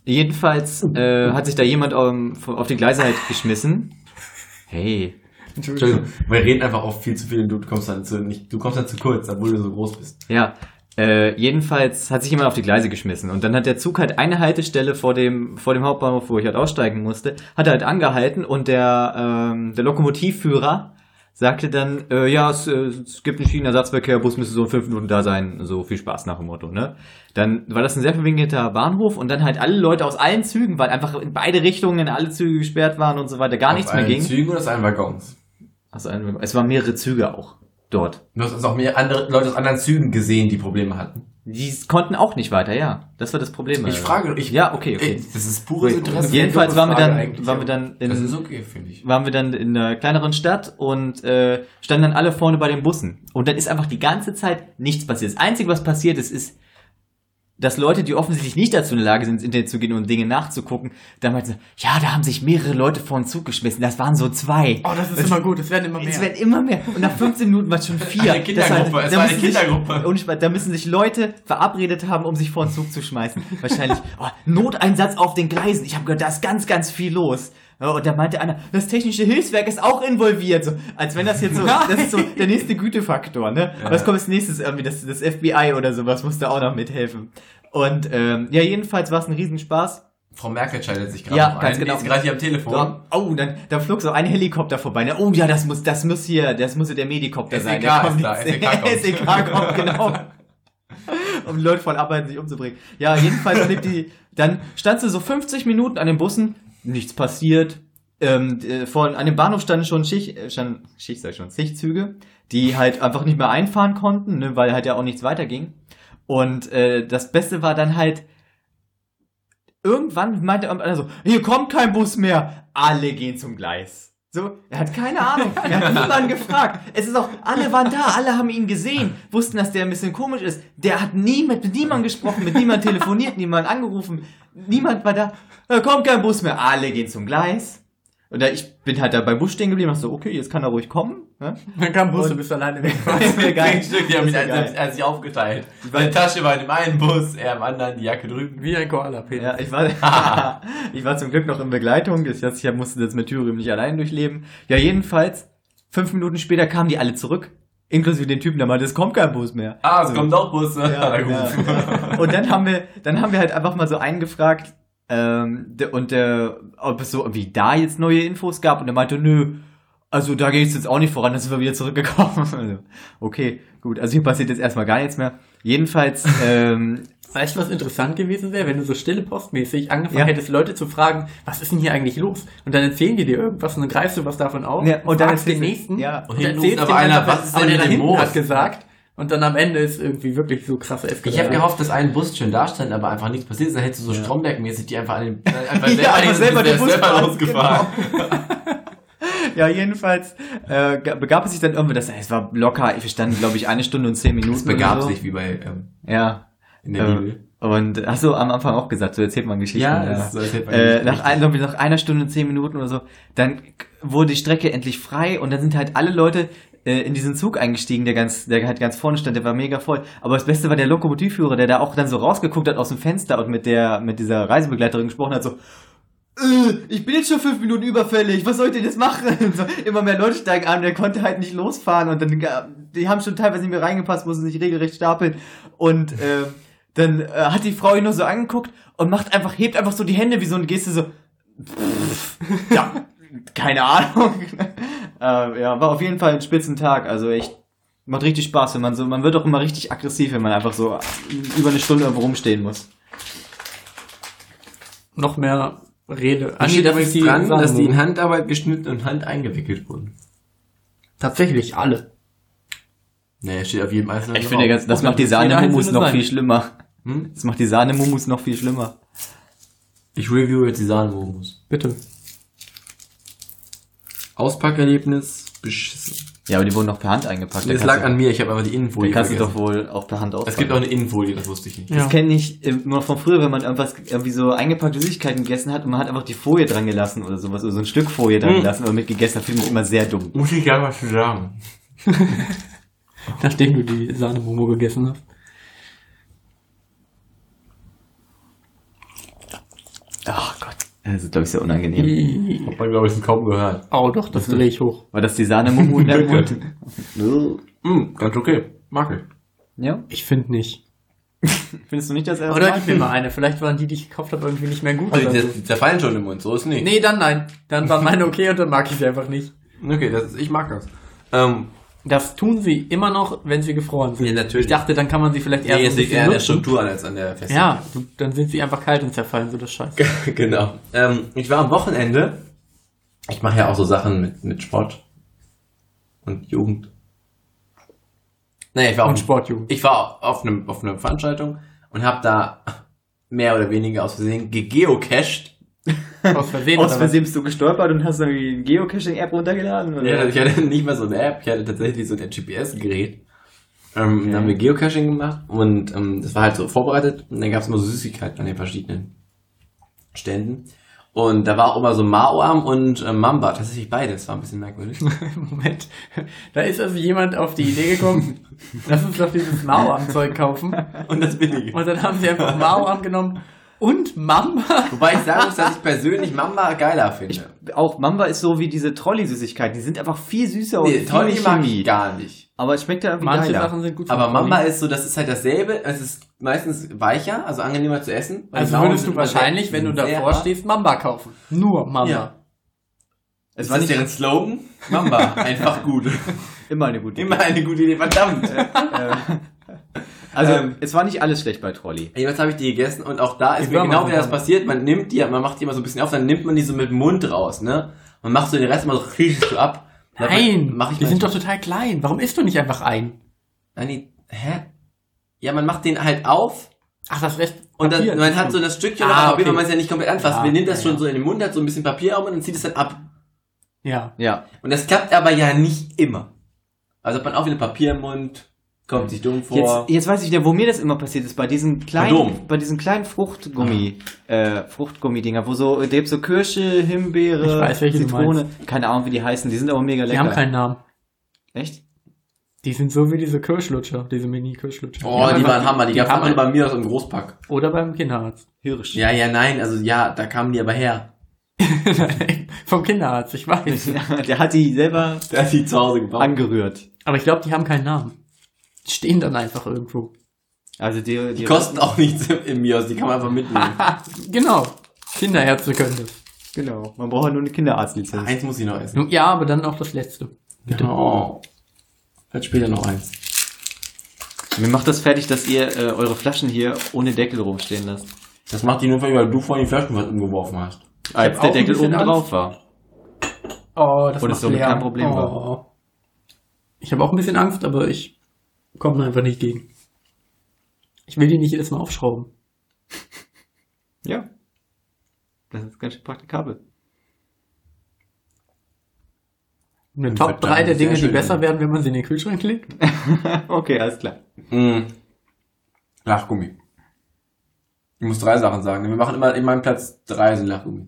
S2: Jedenfalls äh, hat sich da jemand ähm, von- auf die Gleise halt geschmissen. Hey.
S1: Entschuldigung, wir reden einfach auch viel zu viel und du kommst dann zu, nicht, du kommst dann zu kurz, obwohl du so groß bist.
S2: Ja, äh, jedenfalls hat sich jemand auf die Gleise geschmissen und dann hat der Zug halt eine Haltestelle vor dem vor dem Hauptbahnhof, wo ich halt aussteigen musste, hat er halt angehalten und der ähm, der Lokomotivführer sagte dann, äh, ja, es, äh, es gibt einen Schienenersatzverkehr, Bus müsste so in fünf Minuten da sein, so viel Spaß nach dem Motto, ne? Dann war das ein sehr verwinkelter Bahnhof und dann halt alle Leute aus allen Zügen, weil einfach in beide Richtungen alle Züge gesperrt waren und so weiter, gar Ah, nichts
S1: Auf
S2: mehr
S1: allen
S2: ging.
S1: Zügen und aus allen Waggons.
S2: Aus allen- es waren mehrere Züge auch dort.
S1: Du hast also auch mehr andere Leute aus anderen Zügen gesehen, die Probleme hatten.
S2: Die konnten auch nicht weiter, ja. Das war das Problem.
S1: Ich
S2: Alter.
S1: frage, ich,
S2: Ja, okay, okay.
S1: Ey, Das ist pures Interesse.
S2: Jedenfalls
S3: Eine
S2: waren wir
S3: Frage
S2: dann,
S3: eigentlich,
S2: waren wir
S3: aber
S2: dann
S1: das ist
S2: in,
S1: okay, finde ich.
S2: waren wir dann in einer kleineren Stadt und äh, standen dann alle vorne bei den Bussen. Und dann ist einfach die ganze Zeit nichts passiert. Das Einzige, was passiert ist, ist, dass Leute, die offensichtlich nicht dazu in der Lage sind, ins Internet zu gehen und Dinge nachzugucken, damals so, ja, da haben sich mehrere Leute vor den Zug geschmissen. Das waren so zwei.
S3: Oh, das ist immer gut, es werden immer
S2: Es
S3: mehr.
S2: werden immer mehr. Und nach 15 Minuten waren es schon vier.
S1: Eine Kindergruppe,
S2: Das war-
S1: es
S2: da
S1: war eine
S2: müssen sich-
S1: Kindergruppe.
S2: Ohne Spaß, da müssen sich Leute verabredet haben, um sich vor den Zug zu schmeißen. Wahrscheinlich. Oh, Noteinsatz auf den Gleisen. Ich habe gehört, da ist ganz, ganz viel los. Ja, Und da meinte einer, das technische Hilfswerk ist auch involviert. So, als wenn das jetzt so, das ist so der nächste Gütefaktor, ne? Was kommt als nächstes irgendwie? Das, das FBI oder sowas muss da auch noch mithelfen. Und ähm, ja, jedenfalls war es ein Riesenspaß.
S1: Frau Merkel schaltet sich gerade
S2: Ja,
S1: noch
S2: ganz
S1: ein.
S2: genau.
S1: Die ist gerade hier am Telefon.
S2: Da, oh, dann, da flog so ein Helikopter vorbei. Ne? Oh ja, das muss, das muss hier, das muss hier der Medikopter
S1: SEK
S2: sein. Der
S1: ist
S2: kommt
S1: da,
S2: jetzt.
S1: SEK kommt.
S2: SEK kommt, genau. Um Leute von Arbeiten sich umzubringen. Ja, jedenfalls erlebt die, dann stand sie so 50 Minuten an den Bussen, nichts passiert. Ähm, äh, von, an dem Bahnhof standen schon Schicht, äh, stand, Schicht sag ich schon, Schichtzüge, die halt einfach nicht mehr einfahren konnten, ne, weil halt ja auch nichts weiterging. Und äh, das Beste war dann halt, irgendwann meinte einer so, hier kommt kein Bus mehr. Alle gehen zum Gleis. So, er hat keine Ahnung, er hat niemanden gefragt. Es ist auch, alle waren da, alle haben ihn gesehen, wussten, dass der ein bisschen komisch ist. Der hat nie mit, mit niemandem gesprochen, mit niemandem telefoniert, niemand angerufen, niemand war da. Da kommt kein Bus mehr, alle gehen zum Gleis. Und da, ich bin halt da beim Bus stehen geblieben, hab so, okay, jetzt kann er ruhig kommen. Ne?
S3: Dann kam Bus, du bist alleine weg.
S2: Das wär geil.
S1: Zehn Stück, die haben
S2: Das
S1: ihn
S2: wär
S1: als,
S2: geil.
S1: als, als sich aufgeteilt. Meine Tasche war in dem einen Bus, er im anderen, die Jacke drüben.
S3: Wie ein koala -Penis.
S2: Ja, ich war, ich war zum Glück noch in Begleitung. Das heißt, ich musste das mit Thüringen nicht allein durchleben. Ja, jedenfalls, fünf Minuten später kamen die alle zurück. Inklusive den Typen, der meinte, es kommt kein Bus mehr.
S1: Ah, es kommen auch Busse.
S2: Ja,
S1: Hat er
S2: ja,
S1: gerufen.
S2: ja. Und dann haben wir, dann haben wir halt einfach mal so eingefragt, ähm, der- und der, ob es so wie da jetzt neue Infos gab und er meinte, nö, also da geht's jetzt auch nicht voran, dann sind wir wieder zurückgekommen. Also, okay, gut, also hier passiert jetzt erstmal gar nichts mehr. Jedenfalls, ähm,
S3: Weißt du, was interessant gewesen wäre, wenn du so stille postmäßig angefangen
S2: Ja.
S3: hättest, Leute zu fragen, was ist denn hier eigentlich los? Und dann erzählen die dir irgendwas und dann greifst du was davon auf
S2: Ja, und dann
S3: fragst den
S2: erzählst du-
S3: nächsten
S2: ja.
S1: Und
S3: und,
S1: hinten
S3: erzählst
S1: ruft aber
S3: dem
S1: einer,
S3: einfach
S1: was ist
S3: aber
S1: denn
S3: der da
S1: mit dem
S3: hinten hat
S1: Moos?
S3: gesagt und dann am Ende ist irgendwie wirklich so krasse
S1: Ich habe
S3: Eskalation.
S1: gehofft, dass ein Bus schon da stand, aber einfach nichts passiert ist. Dann hättest du so Stromberg-mäßig die einfach an den, einfach
S2: Ja, aber
S1: den-
S2: selber
S1: der ist
S2: den genau. Bus
S1: selber
S2: fahren.
S1: losgefahren.
S2: Ja, jedenfalls äh, ga- begab es sich dann irgendwie, das es war locker, wir standen glaube ich eine Stunde und zehn Minuten.
S1: Es begab
S2: oder so.
S1: sich wie bei ähm,
S2: Ja.
S1: in der
S2: Äh,
S1: Bibel.
S2: und hast du am Anfang auch gesagt, so erzählt man Geschichten.
S1: es sollte-
S2: Äh, nach, ein, glaub ich, nach einer Stunde und zehn Minuten oder so, dann k- wurde die Strecke endlich frei und dann sind halt alle Leute äh, in diesen Zug eingestiegen, der ganz, der halt ganz vorne stand, der war mega voll. Aber das Beste war der Lokomotivführer, der da auch dann so rausgeguckt hat aus dem Fenster und mit der, mit dieser Reisebegleiterin gesprochen hat, so, äh, ich bin jetzt schon fünf Minuten überfällig, was soll ich denn jetzt machen? Und so, immer mehr Leute steigen an, der konnte halt nicht losfahren und dann, ga- die haben schon teilweise nicht mehr reingepasst, mussten sich regelrecht stapeln und, äh, dann äh, hat die Frau ihn nur so angeguckt und macht einfach, hebt einfach so die Hände wie so eine Geste, so, pff, ja, keine Ahnung. äh, ja, war auf jeden Fall ein spitzen Tag, also echt, macht richtig Spaß, wenn man so, man wird auch immer richtig aggressiv, wenn man einfach so über eine Stunde irgendwo rumstehen muss.
S3: Noch mehr Rede.
S1: Da steht übrigens dran,
S3: Sachen-
S1: dass die in Handarbeit geschnitten und Hand eingewickelt wurden.
S3: tatsächlich alle.
S1: Naja, steht auf jedem einzelnen
S2: Ich finde,
S1: drauf.
S2: ganz, das macht die
S3: jeder
S2: Sahne-Mumus
S3: einzelne
S2: noch
S3: sein.
S2: viel schlimmer.
S1: Hm?
S2: Das macht die Sahne-Mumus noch viel schlimmer.
S1: Ich review jetzt die Sahnenmomus.
S3: Bitte.
S1: Auspackerlebnis, beschissen.
S2: Ja, aber die wurden noch per Hand eingepackt.
S1: Das
S2: Da
S1: lag
S2: kannst
S1: an mir, ich habe einfach die
S2: du, da
S1: Innenfolie
S2: kannst du doch
S1: vergessen.
S2: wohl auch per Hand auspacken.
S1: Es gibt auch eine Innenfolie, das wusste ich nicht.
S3: Ja.
S2: Das kenne ich äh, nur noch von früher, wenn man irgendwas irgendwie so eingepackte Süßigkeiten gegessen hat und man hat einfach die Folie dran gelassen oder sowas, oder so ein Stück Folie
S1: Hm.
S2: dran gelassen oder mitgegessen, da fühlt man sich immer sehr dumm.
S1: Muss ich ja was zu sagen.
S3: Nachdem du die Sahne-Momo gegessen hast.
S2: Ach Gott. Das ist, glaube ich, sehr
S1: Hm.
S2: unangenehm.
S1: Hat man, glaube ich, kaum gehört.
S3: Oh doch, das drehe ich hoch.
S2: War das die Sahne-Mumu in deinem Mund?
S1: Hm, ganz okay. Mag ich.
S2: Ja?
S3: Ich finde nicht.
S2: Findest du nicht, dass er
S3: Oder
S2: das
S3: gib mir
S2: mag?
S3: mal eine. Vielleicht waren die, die ich gekauft habe, irgendwie nicht mehr gut.
S1: Also,
S3: Oder
S1: die
S3: so.
S1: die zerfallen schon im Mund, so ist nicht.
S3: Nee, dann nein. Dann war meine okay und dann mag ich sie einfach nicht.
S1: Okay, das ist, ich mag das. Ähm,
S3: Das tun sie immer noch, wenn sie gefroren sind.
S1: Ja, natürlich.
S3: Ich dachte, dann kann man sie vielleicht
S1: nee, es liegt
S3: ein bisschen
S1: eher an der
S3: nutzen.
S1: Struktur an als an der Festung.
S3: Ja, du, dann sind sie einfach kalt und zerfallen, so das Scheiß.
S1: genau. Ähm, ich war am Wochenende. Ich mache ja auch so Sachen mit, mit Sport und Jugend. Naja, ich war
S3: Und
S1: auf,
S3: Sportjugend.
S1: ich war auf, einem, auf einer Veranstaltung und habe da mehr oder weniger aus Versehen gegeocached.
S3: Aus Versehen.
S2: Aus
S3: oder was?
S2: Versehen bist du gestolpert und hast dann die Geocaching-App runtergeladen? Oder?
S1: Ja, Also ich hatte nicht mal so eine App, ich hatte tatsächlich so ein GPS-Gerät. Ähm, Dann haben wir Geocaching gemacht und ähm, das war halt so vorbereitet und dann gab es immer so Süßigkeiten an den verschiedenen Ständen. Und da war auch immer so Maoam und äh, Mamba, tatsächlich beides, war ein bisschen merkwürdig.
S3: Moment. Da ist also jemand auf die Idee gekommen, lass uns doch dieses Mauerzeug kaufen.
S1: und das Billige.
S3: Und dann haben sie einfach Mauer genommen und Mamba.
S1: Wobei ich sagen muss, dass ich persönlich Mamba geiler finde.
S2: Auch Mamba ist so wie diese Trolley-Süßigkeiten, die sind einfach viel süßer und
S1: Nee,
S2: viel
S1: Tolli mag
S2: oh, Chemie.
S1: ich gar nicht.
S2: Aber es schmeckt ja irgendwie
S3: Manche
S2: geiler.
S3: Sachen sind gut. für
S1: Aber
S3: Trolli.
S1: Mamba ist so, das ist halt dasselbe, es ist meistens weicher, also angenehmer zu essen. Weil
S3: Also
S1: Maoam
S3: würdest du
S1: sind immer sehr-
S3: wahrscheinlich, wenn du
S1: sehr
S3: davor
S1: hart.
S3: stehst, Mamba kaufen. Nur Mamba.
S1: Ja.
S2: Es
S1: Ist
S2: war
S1: das
S2: nicht
S1: deren Slogan? Mamba, einfach gut.
S2: immer eine gute Ähm,
S1: Immer eine gute Idee, verdammt.
S2: Also,
S1: Ähm,
S2: es war nicht alles schlecht bei Trolley.
S1: Jedenfalls habe ich die gegessen und auch da ist
S3: Die
S1: mir
S3: Würmer
S1: genau
S3: sind
S1: wieder das
S3: dann-
S1: passiert. Man nimmt die, man macht die immer so ein bisschen auf, dann nimmt man die so mit dem Mund raus, ne? Und macht so den Rest immer so riechst du ab. Dann
S3: Nein,
S1: mach ich
S3: die
S1: mal-
S3: sind doch total klein. Warum isst du nicht einfach ein?
S1: Nein, die, hä? Ja, man macht den halt auf
S3: Ach, das Rest.
S1: und dann,
S3: Papier.
S1: man hat so das Stückchen
S3: Ah,
S1: auf Papier,
S3: okay.
S1: weil man es ja nicht komplett anfasst.
S3: Ja,
S1: man nimmt das
S3: ja,
S1: schon
S3: ja.
S1: so in den Mund, hat so ein bisschen Papier auf und dann zieht es dann ab.
S3: Ja.
S2: Ja.
S1: Und das klappt aber ja nicht immer. Also hat man auch wieder Papier im Mund, kommt sich dumm vor.
S2: Jetzt, jetzt weiß ich wieder, wo mir das immer passiert ist, bei diesen kleinen,
S1: Kondom.
S2: bei diesen kleinen Fruchtgummi, äh, Fruchtgummidinger, wo so, da gibt's so Kirsche, Himbeere,
S3: Ich weiß, welche du
S2: Zitrone, keine Ahnung, wie die heißen, die sind aber mega
S3: Die
S2: lecker.
S3: haben keinen Namen.
S2: Echt?
S3: Die sind so wie diese Kirschlutscher, diese Mini-Kirschlutscher.
S1: Oh, die
S3: einfach-
S1: waren Hammer, die gab
S3: haben
S1: es
S3: ein-
S1: bei mir aus einem Großpack.
S3: Oder beim Kinderarzt.
S2: Hirsch.
S1: Ja, ja, nein, also ja, da kamen die aber her.
S3: Vom Kinderarzt, ich weiß.
S2: Der hat die selber
S1: Der hat die zu Hause gebaut.
S2: angerührt.
S3: Aber ich glaube, die haben keinen Namen. Die stehen dann einfach irgendwo.
S2: Also die, die,
S1: Die kosten auch nichts im im Mios, die kann man einfach mitnehmen.
S3: genau. Kinderärzte können das.
S2: Genau. Man braucht ja nur eine Kinderarztlizenz.
S1: eins muss ich noch essen.
S3: Nun, Ja, aber dann auch das letzte.
S1: Genau. Vielleicht später noch eins.
S2: Mir macht das fertig, dass ihr äh, eure Flaschen hier ohne Deckel rumstehen lasst.
S1: Das macht die nur, weil du vorhin die Flaschen was umgeworfen hast.
S2: Als der
S3: hab auch ein
S2: Deckel oben
S3: bisschen
S2: drauf war.
S3: Oh, das
S2: Und
S3: macht
S2: es somit
S3: leer.
S2: kein Problem
S3: oh. Ich habe auch ein bisschen Angst, aber ich komme da einfach nicht gegen. Ich will die nicht jedes Mal aufschrauben.
S2: Ja. Das ist ganz schön praktikabel.
S3: Eine Top 3 der
S1: sehr
S3: Dinge, die
S1: schön.
S3: besser werden, wenn man sie in den Kühlschrank legt.
S2: Okay, alles klar.
S1: Mm. Lachgummi. Ich muss drei Sachen sagen. Wir machen immer in meinem Platz drei sind Lachgummi.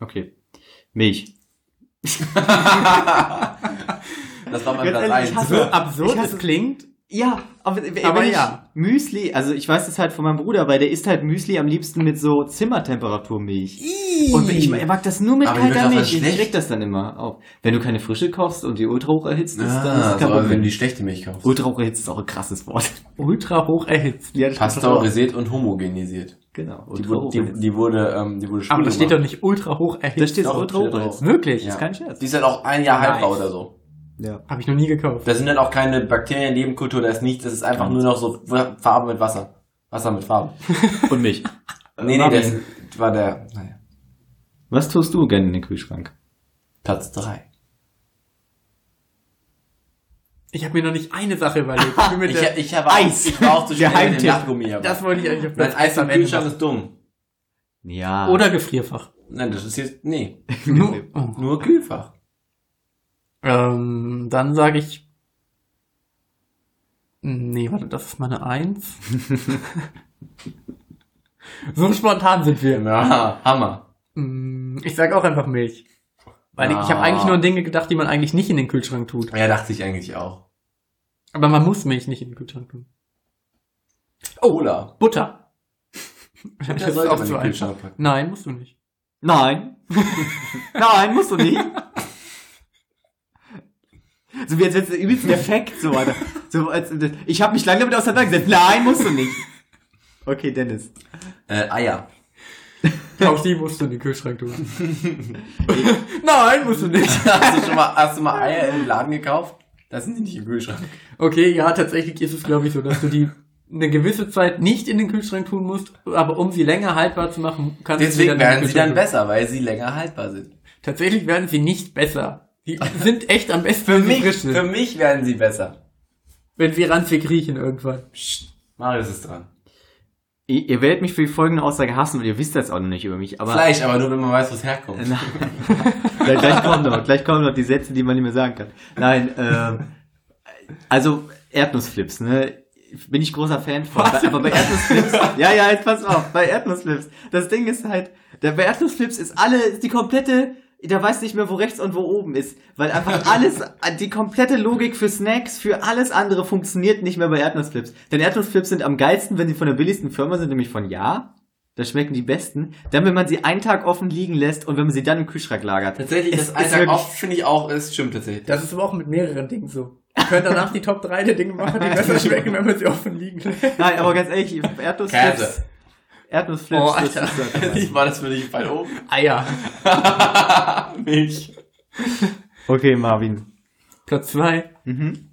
S2: Okay. Milch.
S1: Das war mein
S2: Ganz
S1: Platz
S2: ehrlich, ich
S1: eins.
S2: hasse-
S3: So absurd
S2: Ich hasse-
S3: es klingt.
S2: Ja, aber,
S3: Aber
S2: wenn
S3: ja.
S2: ja. Ich Müsli, also ich weiß das halt von meinem Bruder, weil der isst halt Müsli am liebsten mit so Zimmertemperaturmilch. Und ich, er mag das nur mit
S1: Aber mir wird das
S2: kalter Milch.
S1: dann
S2: Ich
S1: schlecht.
S2: krieg das dann immer auf. Wenn du keine frische kochst und die ultra hoch erhitzt ist, dann ist
S1: Ah,
S2: es
S1: so,
S2: kein
S1: aber wenn
S2: Problem.
S1: du die schlechte Milch kaufst.
S2: ultra hoch erhitzt ist auch ein krasses Wort.
S3: Ultra hoch erhitzt.
S2: Ja, das
S1: Pasteurisiert und homogenisiert.
S2: Genau,
S1: Die,
S2: ultra
S1: wurde,
S2: hoch.
S1: die,
S2: erhitzt.
S1: die wurde, ähm, die wurde schwul
S3: Aber das steht doch
S1: gemacht.
S3: nicht ultra hoch
S2: Da
S3: erhitzt.
S2: steht
S1: doch,
S2: ultra
S1: steht
S2: hoch erhitzt.
S3: Wirklich?
S1: Ja.
S2: Ist kein Scherz.
S1: Die ist halt auch ein Jahr
S3: Nice.
S1: haltbar oder so.
S2: Ja.
S3: Habe ich noch nie gekauft.
S1: Da sind dann auch keine Bakterien, Nebenkultur, da ist nichts, das ist einfach nur noch so Farbe mit Wasser. Wasser mit Farbe.
S2: Und Milch.
S1: Nee, nee,
S2: Marvin,
S1: das war der naja,
S2: Was tust du gerne in den Kühlschrank?
S1: Platz drei.
S3: Ich habe mir noch nicht eine Sache überlegt. Ich bin mit der,
S1: ich habe Eis. Ich war auch zu schnell mit dem
S2: Geheimtipp.
S1: Lachgummi. aber-
S3: das wollte ich eigentlich auf
S1: Nein,
S3: Platz
S1: Eis
S3: eins
S1: im
S3: am Ende
S1: Kühlschrank
S3: machen.
S1: ist dumm.
S2: Ja.
S3: Oder Gefrierfach.
S1: Nein, das ist jetzt, nee.
S3: Nur, oh.
S1: Nur Kühlfach.
S3: ähm, dann sage ich... Nee, warte, das ist meine Eins. so spontan sind wir.
S1: Ja, Hammer.
S3: Mm, Ich sag auch einfach Milch. Weil ich, ich habe
S1: Ah.
S3: eigentlich nur an Dinge gedacht, die man eigentlich nicht in den Kühlschrank tut.
S1: Ja, dachte ich eigentlich auch.
S3: Aber man muss Milch nicht in den Kühlschrank tun.
S1: Cola.
S3: Butter.
S1: Das sollte man in den Kühlschrank packen.
S3: Nein, musst du nicht.
S2: Nein. Nein, musst du nicht. So wie als jetzt übelst ein Effekt, so, Alter. So, als, ich habe mich lange damit auseinandergesetzt. Nein, musst du nicht. Okay, Dennis.
S1: Äh, Eier.
S3: Auch die musst du in den Kühlschrank tun. Nein, musst du nicht.
S1: Hast du schon mal, hast du mal Eier im Laden gekauft? Das sind die nicht im Kühlschrank.
S3: Okay, ja, tatsächlich ist es, glaube ich, so, dass du die eine gewisse Zeit nicht in den Kühlschrank tun musst, aber um sie länger haltbar zu machen, kannst du
S1: Deswegen
S3: sie dann in
S1: werden
S3: den
S1: sie dann
S3: Kühlschrank tun.
S1: besser, weil sie länger haltbar sind.
S3: Tatsächlich werden sie nicht besser. Die sind echt am besten, wenn
S1: Für
S3: sie
S1: mich,
S3: frisch
S1: für
S3: sind.
S1: mich werden sie besser.
S3: Wenn sie ranzig riechen irgendwann.
S1: Marius ist dran.
S2: Ihr, ihr werdet mich für die folgende Aussage hassen, weil ihr wisst das auch noch nicht über mich. Aber
S1: Fleisch, aber nur wenn man weiß, wo es herkommt.
S2: Nein. gleich, gleich kommen noch, gleich kommen noch die Sätze, die man nicht mehr sagen kann. Nein, ähm, also Erdnussflips, ne? Bin ich großer Fan von. Aber bei Erdnussflips, ja, ja, jetzt pass auf, bei Erdnussflips. Das Ding ist halt, der, bei Erdnussflips ist alle, ist die komplette, da weiß nicht mehr, wo rechts und wo oben ist. Weil einfach alles, die komplette Logik für Snacks, für alles andere funktioniert nicht mehr bei Erdnussflips. Denn Erdnussflips sind am geilsten, wenn sie von der billigsten Firma sind, nämlich von Ja. Da schmecken die besten. Dann, wenn man sie einen Tag offen liegen lässt und wenn man sie dann im Kühlschrank lagert.
S1: Tatsächlich,
S2: Es
S1: das
S2: ist
S1: Alltag
S2: wirklich-
S1: oft finde ich auch, es stimmt tatsächlich.
S3: Das ist aber auch mit mehreren Dingen so. Ihr könnt danach die Top 3 der Dinge machen, die besser schmecken, wenn man sie offen liegen lässt.
S2: Nein, aber ganz ehrlich, Erdnussflips.
S1: Käse.
S2: Erdnussflips.
S3: Oh,
S2: das
S3: Alter.
S2: ist das.
S1: Ich war das für dich bei oben.
S3: Eier.
S1: Milch.
S2: Okay, Marvin.
S3: Platz 2.
S2: Mhm.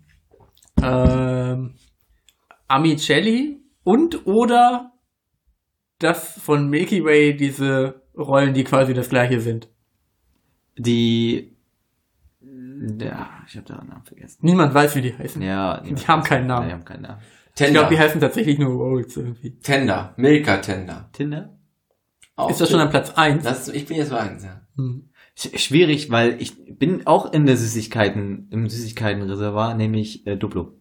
S3: Ähm, Amicelli und oder das von Milky Way, diese Rollen, die quasi das gleiche sind.
S2: Die. Ja, ich habe da einen Namen vergessen.
S3: Niemand weiß, wie die heißen.
S2: Ja,
S3: Die haben keinen Namen.
S2: Die haben keinen Namen.
S3: Ich glaube,
S1: Tender.
S3: die heißen tatsächlich nur Rolls irgendwie.
S1: Tender. Milka Tender.
S2: Tinder?
S1: Auch
S3: Ist das schon
S1: schön.
S3: an Platz 1?
S1: das, Ich bin jetzt bei eins, ja.
S3: Hm.
S2: Sch- Schwierig, weil ich bin auch in der Süßigkeiten, im Süßigkeitenreservoir, nämlich äh, Duplo.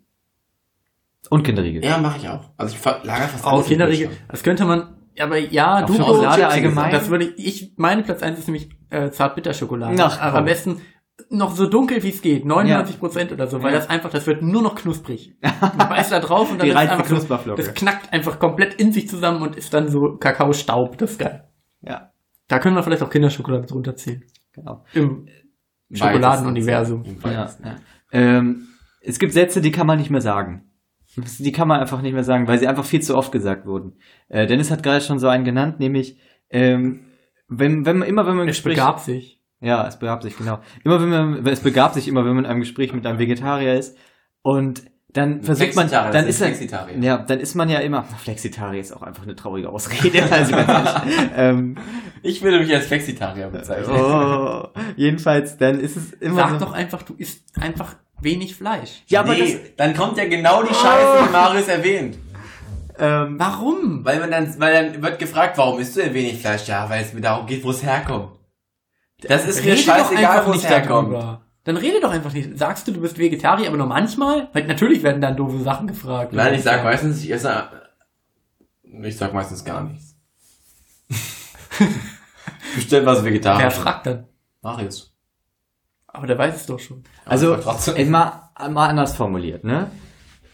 S2: Und Kinderriegel.
S1: Ja, mache ich auch. Also ich ver- lager fast
S3: Auch
S1: alles im
S3: Kinderriegel.
S1: Kühlschrank.
S3: Das könnte man, aber ja,
S2: Auch
S3: du
S2: für Schokolade allgemein?
S3: Das würde ich, ich meine Platz 1 ist nämlich äh, Zartbitterschokolade.
S2: Ach,
S3: aber
S2: komm.
S3: am besten noch so dunkel wie es geht, 99 Prozent oder so, weil
S2: Ja.
S3: das einfach, das wird nur noch knusprig. Man beißt da drauf und dann
S2: Die
S3: ist es
S2: reife
S3: einfach so,
S2: Knusperflocke.
S3: das knackt einfach komplett in sich zusammen und ist dann so Kakaostaub, das ist geil.
S2: Ja,
S3: Da können wir vielleicht auch Kinderschokolade drunter zählen.
S2: genau.
S3: Im
S1: Im
S3: Schokoladenuniversum.
S1: weitesten Sinne. Im
S2: Ja,
S1: weitesten.
S2: ja. Ähm, es gibt Sätze, die kann man nicht mehr sagen. Die kann man einfach nicht mehr sagen, weil sie einfach viel zu oft gesagt wurden. Äh, Dennis hat gerade schon so einen genannt, nämlich ähm, wenn, wenn man immer wenn man im
S3: Es
S2: Gespräch-
S3: begab sich.
S2: ja, es begab sich genau. Immer wenn man es begab sich immer, wenn man in einem Gespräch mit einem Vegetarier ist und dann versucht man
S1: Flexitarier,
S2: dann
S1: das
S2: ist er
S1: Flexitarier.
S2: ja, dann ist man ja immer Flexitarier ist auch einfach eine traurige Ausrede, also ganz ehrlich. ähm,
S1: Ich würde mich als Flexitarier bezeichnen.
S2: oh, jedenfalls dann ist es immer
S3: Sag
S2: so,
S3: doch einfach, du isst einfach wenig Fleisch.
S2: Ja, aber Oh.
S1: nee, dann kommt ja genau die Scheiße, die Marius erwähnt.
S2: ähm,
S3: Warum?
S1: Weil man dann, weil dann wird gefragt, warum isst du denn wenig Fleisch? Ja, weil es mir darum geht, wo es herkommt. Das ist mir
S3: Rede doch
S1: scheißegal,
S3: einfach
S1: wo es
S3: nicht
S1: herkommt.
S3: darüber. Dann rede doch einfach nicht. Sagst du, du bist Vegetarier, aber nur manchmal? Weil natürlich werden dann doofe Sachen gefragt.
S1: Nein, ich sag meistens, ich esse. Ich sag meistens gar nichts. Bestell was
S3: Wer
S1: vegetarisch.
S3: fragt dann?
S1: Marius.
S3: Aber der weiß es doch schon.
S2: Also,
S1: Aber trotzdem.
S2: ey, mal, mal anders formuliert, ne?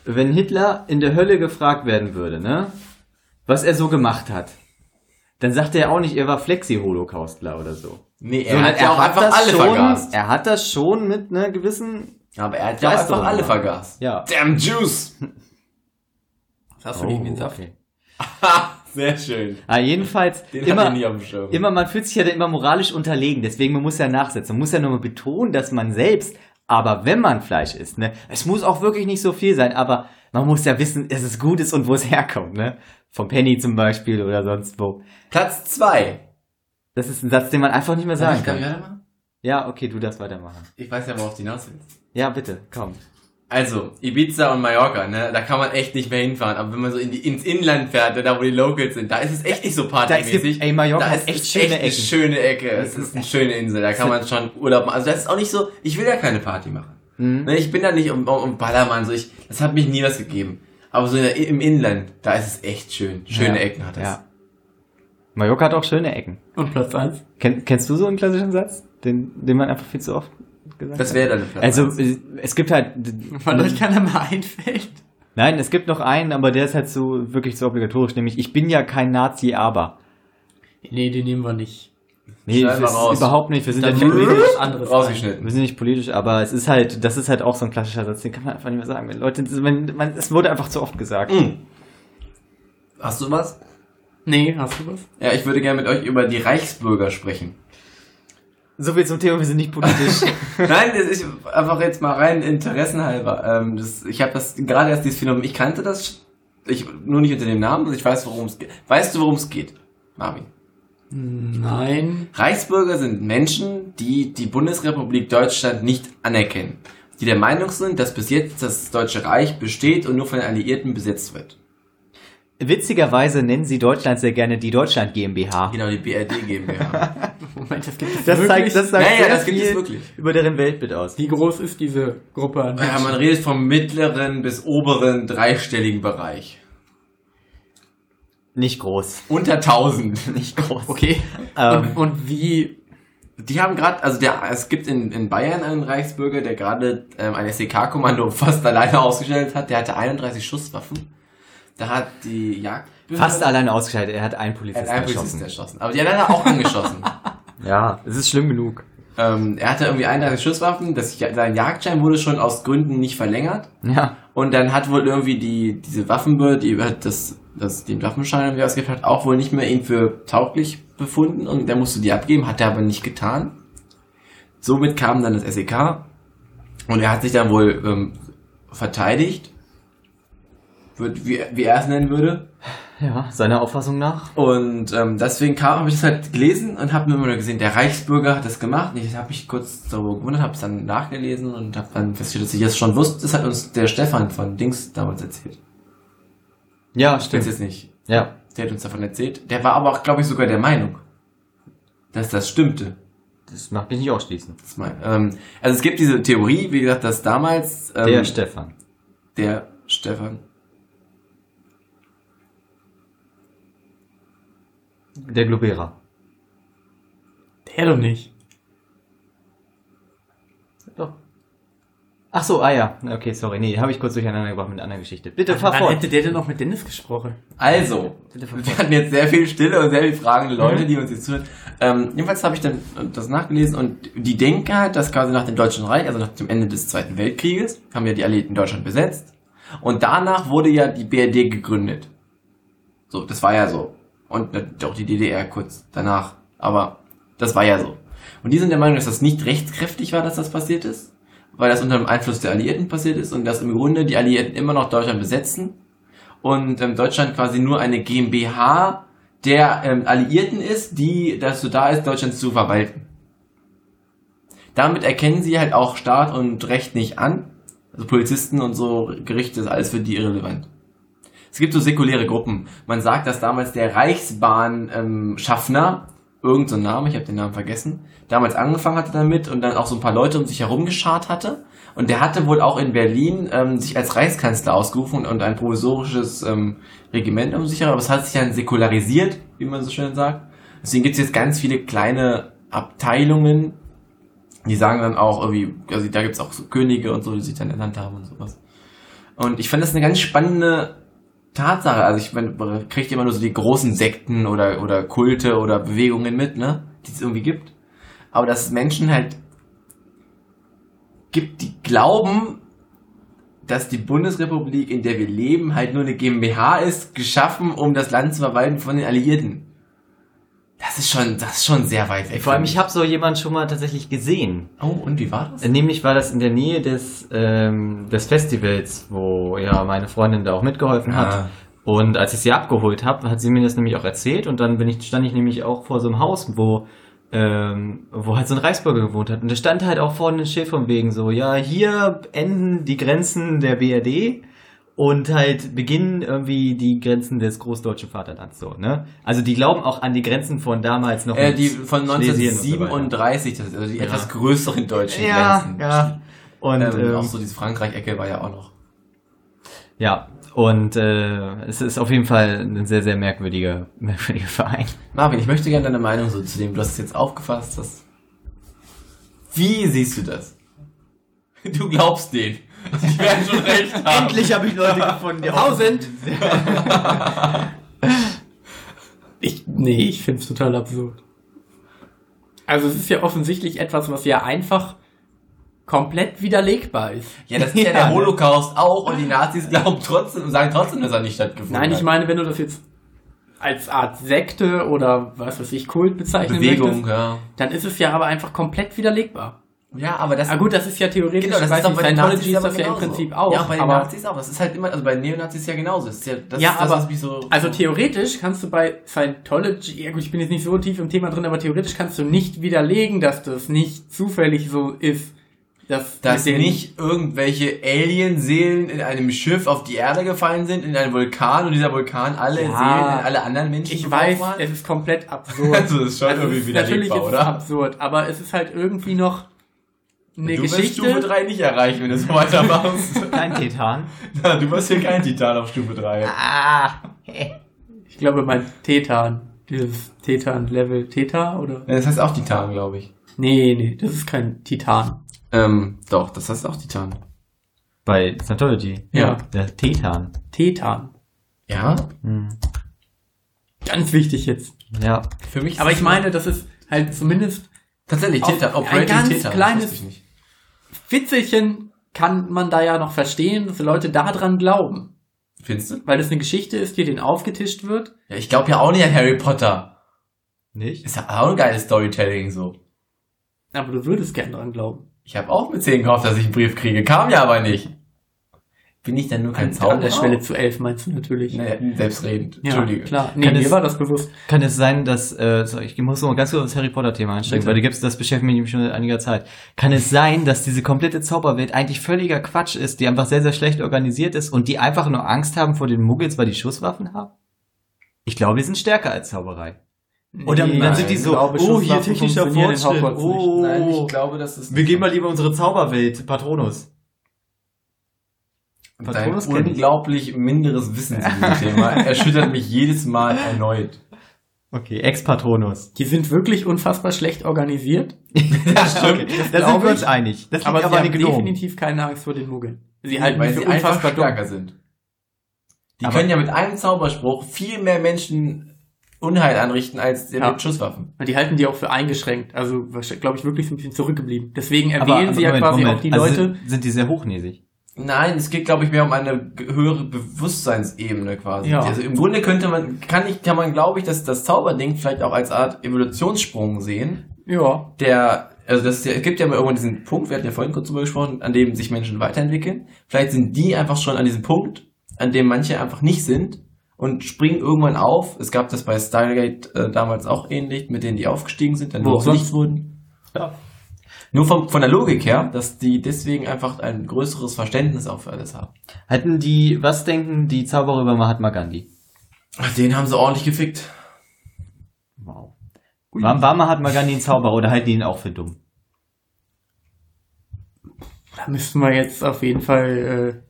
S2: Wenn Hitler in der Hölle gefragt werden würde, ne? Was er so gemacht hat, dann sagt er auch nicht, er war Flexi-Holocaustler oder so.
S1: Nee,
S2: So,
S1: er hat ja auch
S2: hat
S1: einfach
S2: das
S1: alle
S2: schon,
S1: vergast.
S2: Er hat das schon mit einer gewissen,
S1: Aber er hat ja auch
S2: Weiß doch
S1: einfach alle
S2: immer.
S1: vergast.
S2: ja.
S1: Damn Juice!
S3: Was hast du gegen den Saft?
S2: Oh, okay.
S1: Sehr schön.
S2: Ah, jedenfalls,
S1: Den hat er
S2: immer,
S1: nie auf dem Schirm.
S2: immer, man fühlt sich ja dann immer moralisch unterlegen, deswegen man muss ja nachsetzen. Man muss ja nur mal betonen, dass man selbst, aber wenn man Fleisch isst, ne, es muss auch wirklich nicht so viel sein, aber man muss ja wissen, dass es gut ist und wo es herkommt, ne? Vom Penny zum Beispiel oder sonst wo.
S1: Platz 2.
S2: Das ist ein Satz, den man einfach nicht mehr sagen kann.
S1: weitermachen?
S2: Ja, okay, du darfst weitermachen.
S1: Ich weiß ja, worauf die hinaus willst.
S2: Ja, bitte, komm.
S1: Also, Ibiza und Mallorca, ne, da kann man echt nicht mehr hinfahren. Aber wenn man so in die, ins Inland fährt, ne, da wo die Locals sind, da ist es echt nicht so
S2: Da ist,
S1: partymäßig.
S2: ey, Mallorca
S1: Da
S2: ist echt
S1: es
S2: schöne
S1: eine
S2: Ecken.
S1: schöne Ecke. Es ist eine schöne Insel, da kann man schon Urlaub machen. Also das ist auch nicht so, ich will ja keine Party machen.
S2: Mhm.
S1: Ne, ich bin da nicht um, um, um Ballermann, so ich, das hat mich nie was gegeben. Aber so in der, im Inland, da ist es echt schön. Schöne
S2: Ja.
S1: Ecken hat es.
S2: Ja. Mallorca hat auch schöne Ecken.
S3: Und Platz 1.
S2: Kenn, kennst du so einen klassischen Satz, den, den man einfach viel zu oft gesagt
S1: Das
S2: hat?
S1: wäre dann Platz.
S2: Also,
S1: eins.
S2: äh, es gibt halt.
S3: Von euch keiner mal einfällt.
S2: Nein, es gibt noch einen, aber der ist halt so wirklich so obligatorisch, nämlich ich bin ja kein Nazi, aber.
S3: Nee, den nehmen wir nicht.
S2: Nee,
S1: Schneiden
S2: das
S1: wir
S2: ist
S1: raus.
S2: überhaupt nicht. Wir sind,
S3: Dann
S2: halt
S3: fällt mir
S2: wir
S3: wieder was anderes ein.
S1: Hm? rausgeschnitten.
S2: sind nicht politisch, aber es ist halt, das ist halt auch so ein klassischer Satz, den kann man einfach nicht mehr sagen. Wenn Leute, wenn, man, es wurde einfach zu oft gesagt.
S1: Hm. Hast du was?
S3: Nee, hast du was?
S1: Ja, ich würde gerne mit euch über die Reichsbürger sprechen.
S2: So viel zum Thema, wir sind nicht politisch.
S1: Nein, das ist einfach jetzt mal rein interessenhalber. Ähm, das, ich habe das gerade erst dieses Phänomen. Ich kannte das, ich nur nicht unter dem Namen. Also ich weiß, worum es geht. Weißt du, worum es geht, Marvin?
S3: Nein.
S1: Reichsbürger sind Menschen, die die Bundesrepublik Deutschland nicht anerkennen, die der Meinung sind, dass bis jetzt das Deutsche Reich besteht und nur von den Alliierten besetzt wird.
S2: Witzigerweise nennen sie Deutschland sehr gerne die Deutschland GmbH.
S1: Genau, die BRD GmbH.
S3: Moment, das gibt es
S2: Das
S3: wirklich?
S2: zeigt, das sagt
S1: Naja,
S2: sehr
S1: das gibt es
S2: viel
S1: wirklich.
S2: über deren Weltbild aus.
S3: Wie groß ist diese Gruppe an
S1: ja, man
S3: Menschen?
S1: redet vom mittleren bis oberen dreistelligen Bereich.
S2: Nicht groß.
S1: Unter 1000.
S2: Nicht groß.
S3: Okay.
S2: Ähm,
S3: Und, und wie
S1: Die haben gerade, also der, es gibt in, in Bayern einen Reichsbürger, der gerade ähm, ein SEK-Kommando fast alleine ausgestellt hat. Der hatte 31 Schusswaffen. Da hat die Jagd...
S2: fast alleine ausgeschaltet, er hat einen
S1: Er
S2: Polizisten
S1: hat einen Polizisten
S2: erschossen.
S1: erschossen. Aber die anderen hat er auch angeschossen.
S2: Ja, es ist schlimm genug.
S1: ähm, er hatte irgendwie 31 Schusswaffen. Das, Ja- sein Jagdschein wurde schon aus Gründen nicht verlängert.
S2: Ja.
S1: Und dann hat wohl irgendwie die, diese Waffenbehörde, die hat das, das, den Waffenschein irgendwie ausgegeben hat, auch wohl nicht mehr ihn für tauglich befunden und der musste die abgeben, hat er aber nicht getan. Somit kam dann das SEK und er hat sich dann wohl ähm, verteidigt, wird, wie, wie er es nennen würde.
S2: Ja, seiner Auffassung nach.
S1: Und ähm, deswegen kam, habe ich das halt gelesen und habe mir immer nur gesehen, der Reichsbürger hat das gemacht. Und Ich habe mich kurz darüber gewundert, habe es dann nachgelesen und habe dann festgestellt, dass ich das schon wusste. Das hat uns der Stefan von Dings damals erzählt.
S2: Ja,
S1: Stimmt jetzt nicht.
S2: Ja.
S1: Der hat uns davon erzählt. Der war aber auch, glaube ich, sogar der Meinung, dass das stimmte.
S2: Das macht mich nicht ausschließen.
S1: Das mein, ähm, also es gibt diese Theorie, wie gesagt, dass damals ähm,
S2: Der Stefan.
S1: der Stefan
S2: Der Globera.
S3: der doch nicht.
S2: Doch. Ach so, ah ja. Okay, sorry. Nee, habe ich kurz durcheinander gebracht mit einer anderen Geschichte. Bitte fahr
S3: Wann
S2: fort.
S3: hätte der denn auch mit Dennis gesprochen?
S1: Also, wir hatten jetzt sehr viel Stille und sehr viel fragende Leute, die uns jetzt zuhören. Ähm, jedenfalls habe ich dann äh, das nachgelesen und die denken halt, dass quasi nach dem Deutschen Reich, also nach dem Ende des Zweiten Weltkrieges, haben ja die Alliierten Deutschland besetzt. Und danach wurde ja die BRD gegründet. So, das war ja so. Und natürlich auch die DDR kurz danach. Aber das war ja so. Und die sind der Meinung, dass das nicht rechtskräftig war, dass das passiert ist, weil das unter dem Einfluss der Alliierten passiert ist und dass im Grunde die Alliierten immer noch Deutschland besetzen und ähm, Deutschland quasi nur eine GmbH der ähm, Alliierten ist, die dazu da ist, Deutschland zu verwalten. Damit erkennen sie halt auch Staat und Recht nicht an. Also Polizisten und so Gerichte ist alles für die irrelevant. Es gibt so säkuläre Gruppen. Man sagt, dass damals der Reichsbahn ähm, Schaffner irgendein so ein Name, ich habe den Namen vergessen, damals angefangen hatte damit und dann auch so ein paar Leute um sich herum geschart hatte. Und der hatte wohl auch in Berlin ähm, sich als Reichskanzler ausgerufen und ein provisorisches ähm, Regiment um sich herum, aber es hat sich dann säkularisiert, wie man so schön sagt. Deswegen gibt es jetzt ganz viele kleine Abteilungen, die sagen dann auch irgendwie, also da gibt es auch so Könige und so, die sich dann ernannt haben und sowas. Und ich fand das eine ganz spannende Tatsache. Also ich meine, man kriegt immer nur so die großen Sekten oder, oder Kulte oder Bewegungen mit, ne? Die es irgendwie gibt. Aber dass es Menschen halt gibt, die glauben, dass die Bundesrepublik, in der wir leben, halt nur eine GmbH ist, geschaffen, um das Land zu verwalten von den Alliierten. Das ist schon, das ist schon sehr weit weg.
S2: Vor allem,
S1: von-
S2: ich Äh, habe so jemanden schon mal tatsächlich gesehen.
S1: Oh, und wie war das?
S2: Nämlich war das in der Nähe des, ähm, des Festivals, wo ja meine Freundin da auch mitgeholfen
S1: Ah.
S2: hat. Und als ich sie abgeholt habe, hat sie mir das nämlich auch erzählt und dann bin ich, stand ich nämlich auch vor so einem Haus, wo, ähm, wo halt so ein Reichsbürger gewohnt hat. Und da stand halt auch vorne ein Schild von wegen so, ja, hier enden die Grenzen der BRD und halt beginnen irgendwie die Grenzen des großdeutschen Vaterlands so, ne? Also die glauben auch an die Grenzen von damals noch.
S1: Äh,
S2: mit
S1: die von
S2: Schlesien und so weiter. Genau.
S1: 1937, das ist also die etwas größeren deutschen
S2: Ja,
S1: Grenzen.
S2: ja. Und
S1: Und ähm,
S2: ähm,
S1: auch so diese Frankreich-Ecke war ja auch noch.
S2: Ja, und äh, es ist auf jeden Fall ein sehr, sehr merkwürdiger, merkwürdiger Verein.
S1: Marvin, ich möchte gerne deine Meinung so zu dem, du hast es jetzt aufgefasst, dass. Wie siehst du das? Du glaubst den. Ich werde schon recht haben.
S4: Endlich habe ich Leute gefunden, die auch
S3: Tausend! ich, nee, ich finde es total absurd. Also es ist ja offensichtlich etwas, was ja einfach komplett widerlegbar ist.
S1: Ja, das ist ja, der Holocaust auch und die Nazis glauben trotzdem und sagen trotzdem, dass er nicht stattgefunden
S3: Nein,
S1: hat.
S3: ich meine, wenn du das jetzt als Art Sekte oder was weiß ich, Kult bezeichnen
S1: Bewegung,
S3: möchtest,
S1: ja.
S3: dann ist es ja aber einfach komplett widerlegbar.
S1: Ja, aber das
S3: Ah gut, das ist ja theoretisch,
S1: Genau, das
S3: weiß
S1: ist auch
S3: nicht,
S1: bei den
S3: Scientology
S1: Nazis
S3: ist
S1: aber
S3: das ja im
S1: genauso.
S3: Prinzip auch.
S1: Ja, auch bei den
S3: aber,
S1: Nazis auch. Das ist halt immer, also bei den Neonazis ja genauso. Das ist ja, das
S3: Ja,
S1: ist, das
S3: aber-
S1: was mich so.
S3: Also theoretisch kannst du bei Scientology, ja gut, ich bin jetzt nicht so tief im Thema drin, aber theoretisch kannst du nicht widerlegen, dass das nicht zufällig so ist. Dass,
S1: dass
S3: mit den-
S1: nicht irgendwelche Alienseelen in einem Schiff auf die Erde gefallen sind, in einen Vulkan und dieser Vulkan alle
S3: Ja.
S1: Seelen in alle anderen Menschen
S3: Ich
S1: beworfen
S3: weiß,
S1: hat?
S3: es ist komplett absurd.
S1: Also, das ist schon
S3: es
S1: irgendwie
S3: ist-
S1: widerlegbar,
S3: Natürlich ist
S1: oder?
S3: es absurd, aber es ist halt irgendwie noch eine
S1: du wirst
S3: Geschichte.
S1: Stufe 3 nicht erreichen, wenn du so weitermachst.
S2: Kein Titan.
S1: Na, du wirst hier kein Titan auf Stufe 3.
S2: ah.
S3: Ich glaube, mein Tetan, dieses Tetan-Level, Teta oder?
S1: Das heißt auch Titan, glaube ich.
S3: Nee, nee, das ist kein Titan.
S1: Ähm, doch, das heißt auch Titan.
S2: Bei Scientology.
S3: Ja.
S2: Der Titan.
S3: Tetan.
S1: Ja?
S2: Hm.
S3: Ganz wichtig jetzt.
S2: Ja.
S1: Für mich ist
S3: Aber
S1: es
S3: ich meine, das ist halt zumindest
S1: tatsächlich
S3: auf-
S1: Titan,
S3: ein ganz
S1: das
S3: kleines-
S1: wusste ich nicht.
S3: Witzelchen kann man da ja noch verstehen, dass die Leute daran glauben.
S1: Findest du?
S3: Weil das eine Geschichte ist, die denen aufgetischt wird.
S1: Ja, ich glaube ja auch nicht an Harry Potter.
S2: Nicht?
S1: Ist ja auch ein geiles Storytelling so.
S3: Aber du würdest gern daran glauben.
S1: Ich habe auch mit 10 gehofft, dass ich einen Brief kriege. Kam ja aber nicht. Bin ich dann nur kein
S3: An, an der
S1: Zauberer?
S3: Schwelle zu elf meinst du natürlich.
S1: Nee, selbstredend.
S3: Ja,
S1: Entschuldige.
S3: klar. Nee,
S2: Kann
S3: mir
S2: es-
S3: war das bewusst.
S2: Kann es sein, dass, äh, so, ich muss noch ganz kurz das Harry Potter Thema einsteigen,
S3: Bitte.
S2: weil da gibt's, das beschäftigt mich nämlich schon seit einiger Zeit. Kann es sein, dass diese komplette Zauberwelt eigentlich völliger Quatsch ist, die einfach sehr, sehr schlecht organisiert ist und die einfach nur Angst haben vor den Muggels, weil die Schusswaffen haben? Ich glaube, die sind stärker als Zauberei. Oder dann sind die so, oh, hier technischer Fortschritt,
S3: oh.
S2: oh,
S1: Nein, ich glaube, das ist.
S2: wir gehen mal lieber unsere Zauberwelt, Patronus.
S1: Dein
S2: Patronus kenn ich.
S1: unglaublich minderes Wissen zu diesem Thema erschüttert mich jedes Mal erneut.
S2: Okay, Ex-Patronus.
S3: Die sind wirklich unfassbar schlecht organisiert.
S2: das stimmt. da sind
S3: glaub
S2: wir
S3: ich.
S2: uns einig. Das liegt
S3: Aber,
S2: aber,
S3: sie
S2: an
S3: haben
S2: den Gnomen.
S3: definitiv keine Angst vor den Muggeln. Sie halten
S1: weil
S3: mich
S1: sie
S3: für unfassbar
S1: einfach stärker
S3: dumm.
S1: sind. Die
S2: Aber-
S1: können ja mit einem Zauberspruch viel mehr Menschen Unheil anrichten als
S3: Ja.
S1: mit Schusswaffen.
S3: Und die halten die auch für eingeschränkt. Also, glaube ich, wirklich so ein bisschen zurückgeblieben. Deswegen erwähnen
S2: Aber- aber
S3: sie ja
S2: Moment,
S3: quasi
S2: Moment.
S3: auch die
S2: Also
S3: Leute,
S2: sind, sind die sehr hochnäsig?
S1: Nein, es geht, glaube ich, mehr um eine ge- höhere Bewusstseinsebene quasi.
S3: Ja.
S1: Also im Grunde könnte man, kann ich, kann man, glaube ich, dass das Zauberding vielleicht auch als Art Evolutionssprung sehen,
S3: ja,
S1: der, also das ist ja, es gibt ja mal irgendwann diesen Punkt, wir hatten ja vorhin kurz drüber gesprochen, an dem sich Menschen weiterentwickeln. Vielleicht sind die einfach schon an diesem Punkt, an dem manche einfach nicht sind und springen irgendwann auf. Es gab das bei Stargate äh, damals auch ähnlich, mit denen die aufgestiegen sind, dann
S3: Wo
S1: nur
S3: auch
S1: zu nichts wurden. Ja. Nur vom, von der Logik her, dass die deswegen einfach ein größeres Verständnis auch für alles haben.
S2: Hatten die, was denken die Zauberer über Mahatma Gandhi?
S1: Ach, den haben sie ordentlich gefickt.
S2: Wow. War, war Mahatma Gandhi ein Zauberer oder halten die ihn auch für dumm?
S3: Da müssten wir jetzt auf jeden Fall. äh,